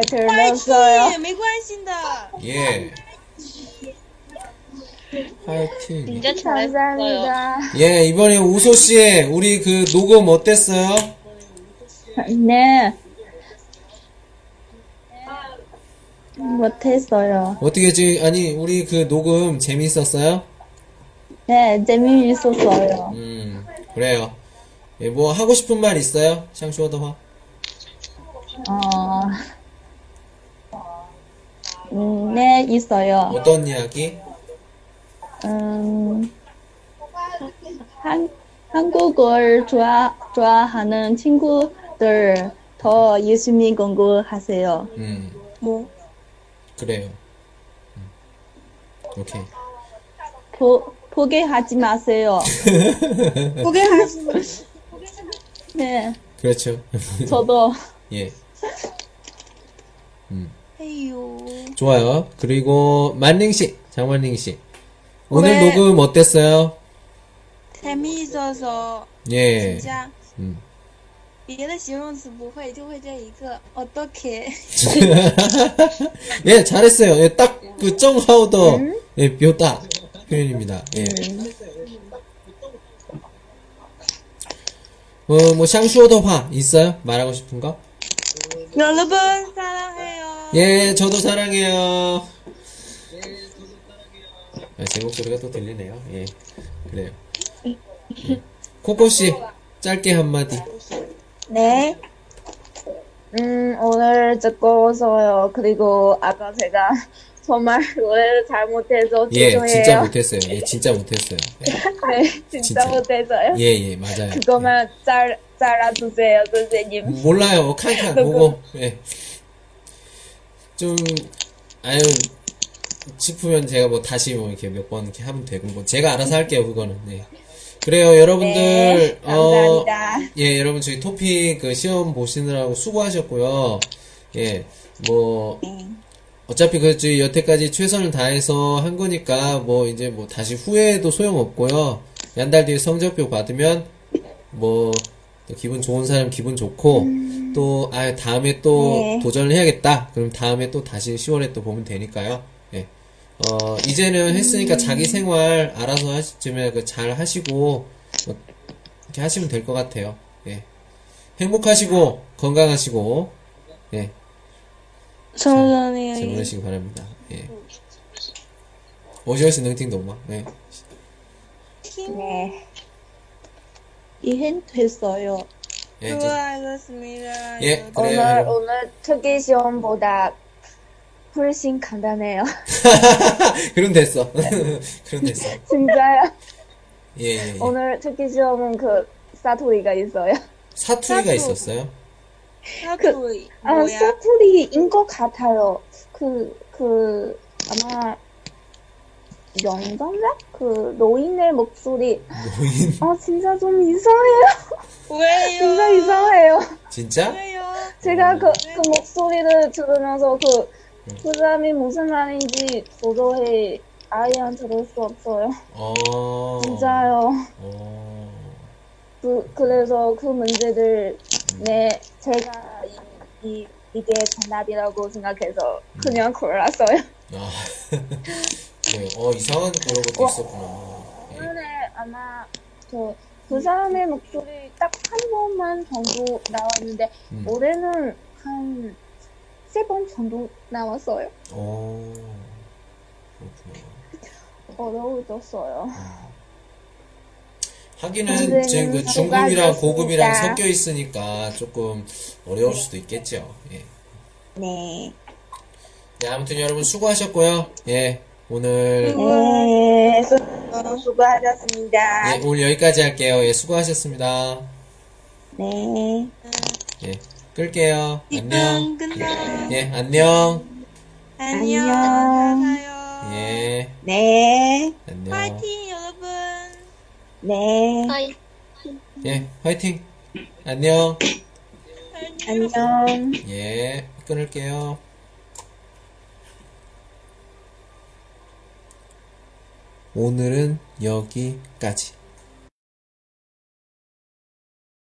Speaker 2: 白
Speaker 6: 들렸어요.
Speaker 2: 痴，没关系的。
Speaker 1: 예 화이팅
Speaker 5: 진짜 잘했어요.
Speaker 6: 감사합니다.
Speaker 1: 예 이번에 우소씨 우리 그 녹음 어땠어요?
Speaker 6: 네. 못했어요.
Speaker 1: 어떻게 지 아니 우리 그 녹음 재밌었어요?
Speaker 6: 네, 재미있었어요.
Speaker 1: 음 그래요 예, 뭐 하고 싶은 말 있어요? 샹슈어더화
Speaker 6: 어, 음, 네, 있어요.
Speaker 1: 어떤 이야기?
Speaker 6: 음, 한, 한국을 좋아, 좋아하는 친구들 더 열심히 공부하세요.
Speaker 1: 음
Speaker 2: 뭐?
Speaker 1: 그래요. 음. 오케이.
Speaker 6: 포, 포기하지 마세요.
Speaker 2: 포기하지
Speaker 6: 네,
Speaker 1: 그렇죠.
Speaker 6: 저도.
Speaker 1: 예. 음.
Speaker 2: 에휴.
Speaker 1: 좋아요. 그리고 만능 씨, 장만능 씨. 오늘
Speaker 2: 네.
Speaker 1: 녹음 어땠어요?
Speaker 2: 재미있어서
Speaker 1: 예.
Speaker 2: 진짜
Speaker 1: 음.
Speaker 2: 别的形容词不会，就会这一个。어떡해
Speaker 1: 예, 잘했어요. 예, 딱 그 정하우더
Speaker 2: 음?
Speaker 1: 예, 묘다 표현입니다. 예. 어, 뭐 샹슈어더화 있어요? 말하고 싶은 거?
Speaker 2: 여러분 사랑해요.
Speaker 1: 예, 저도 사랑해요. 아, 제 목소리가 또 들리네요. 예, 그래요. 예. 코코 씨, 짧게 한마디.
Speaker 6: 네. 음, 오늘 즐거웠어요. 그리고 아까 제가 정말 노래를 잘못해서
Speaker 1: 예,
Speaker 6: 죄송해요.
Speaker 1: 진짜 못했어요. 예, 진짜 못했어요.
Speaker 6: 네, 진짜,
Speaker 1: 진짜.
Speaker 6: 못해서요.
Speaker 1: 예, 예, 맞아요.
Speaker 6: 그거만 잘, 잘라주세요, 선생님.
Speaker 1: 예. 몰라요. 칸칸 보고. 예. 좀 아유 싶으면 제가 뭐 다시 뭐 이렇게 몇 번 이렇게 하면 되고 뭐 제가 알아서 할게요 그거는. 네. 그래요, 여러분들.
Speaker 6: 네,
Speaker 1: 어,
Speaker 6: 감사합니다.
Speaker 1: 예, 여러분 저희 토픽 그 시험 보시느라고 수고하셨고요. 예, 뭐 어차피 그 저희 여태까지 최선을 다해서 한 거니까 뭐 이제 뭐 다시 후회해도 소용없고요. 연달 뒤에 성적표 받으면 뭐 또 기분 좋은 사람 기분 좋고 또 아 다음에 또 도전을 해야겠다. 그럼 다음에 또 다시 10월에 또 보면 되니까요. 예. 어 이제는 했으니까 자기 생활 알아서 하실 때면 그잘 하시고 뭐 이렇게 하시면 될 것 같아요. 예. 행복하시고 건강하시고 예.
Speaker 6: 네.
Speaker 1: 잘
Speaker 2: 사랑해요.
Speaker 1: 보내시기 바랍니다. 예. 오시오시 능팅 동마. 예.
Speaker 6: 네. 이해됐어요.
Speaker 1: 예. 이제
Speaker 2: 수고하셨습니다.
Speaker 1: 예.
Speaker 6: 오늘,
Speaker 1: 그래요.
Speaker 6: 오늘 특기 시험보다 훨씬 간단해요.
Speaker 1: 그럼 됐어. 그럼 됐어.
Speaker 6: 진짜요.
Speaker 1: 예. 예, 예.
Speaker 6: 오늘 특기 시험은 그, 사토리가 있어요.
Speaker 1: 사투리가 있었어요.
Speaker 2: 사투리
Speaker 6: 아,
Speaker 2: 뭐야?
Speaker 6: 사투리인 것 같아요. 그, 그, 아마, 영감자? 그, 노인의 목소리.
Speaker 1: 노인.
Speaker 6: 아, 진짜 좀 이상해요.
Speaker 2: 왜요?
Speaker 6: 진짜 이상해요.
Speaker 1: 진짜?
Speaker 6: 네.
Speaker 2: 왜요?
Speaker 6: 제가 그, 그 목소리를 들으면서 그, 그 사람이 무슨 말인지 도저히 아이한 들을 수 없어요.
Speaker 1: 어.
Speaker 6: 진짜요.
Speaker 1: 어.
Speaker 6: 그, 그래서 그 문제들, 네, 제가 이, 이 이게 정답이라고 생각해서 그냥 골랐어요.
Speaker 1: 아, 네. 어, 이상한 그런 것도 있었구나. 예.
Speaker 6: 오늘에 아마 그, 그 사람의 목소리 딱 한 번만 정도 나왔는데
Speaker 1: 음.
Speaker 6: 올해는 한 세 번 정도 나왔어요.
Speaker 1: 어, 그렇구나.
Speaker 6: 어려워졌어요.
Speaker 1: 하기는 지금 그 중급이랑
Speaker 6: 들어가겠습니다.
Speaker 1: 고급이랑 섞여 있으니까 조금 어려울 수도 있겠죠. 예.
Speaker 3: 네.
Speaker 1: 네, 아무튼 여러분 수고하셨고요. 예. 오늘
Speaker 3: 네, 수고, 수고하셨습니다.
Speaker 1: 예, 오늘 여기까지 할게요. 예, 수고하셨습니다.
Speaker 3: 네.
Speaker 1: 예. 끌게요. 안녕.
Speaker 2: 이쁜 끝나.
Speaker 1: 예, 안녕.
Speaker 2: 안녕.
Speaker 3: 안녕.
Speaker 2: 잘가요
Speaker 1: 예.
Speaker 3: 네.
Speaker 1: 안녕.
Speaker 2: 파이팅 여러분.
Speaker 3: 네.
Speaker 5: 아이,
Speaker 1: 예. 화이팅. 안녕.
Speaker 2: 안녕.
Speaker 3: 안녕.
Speaker 1: 예. 끊을게요. 오늘은 여기까지.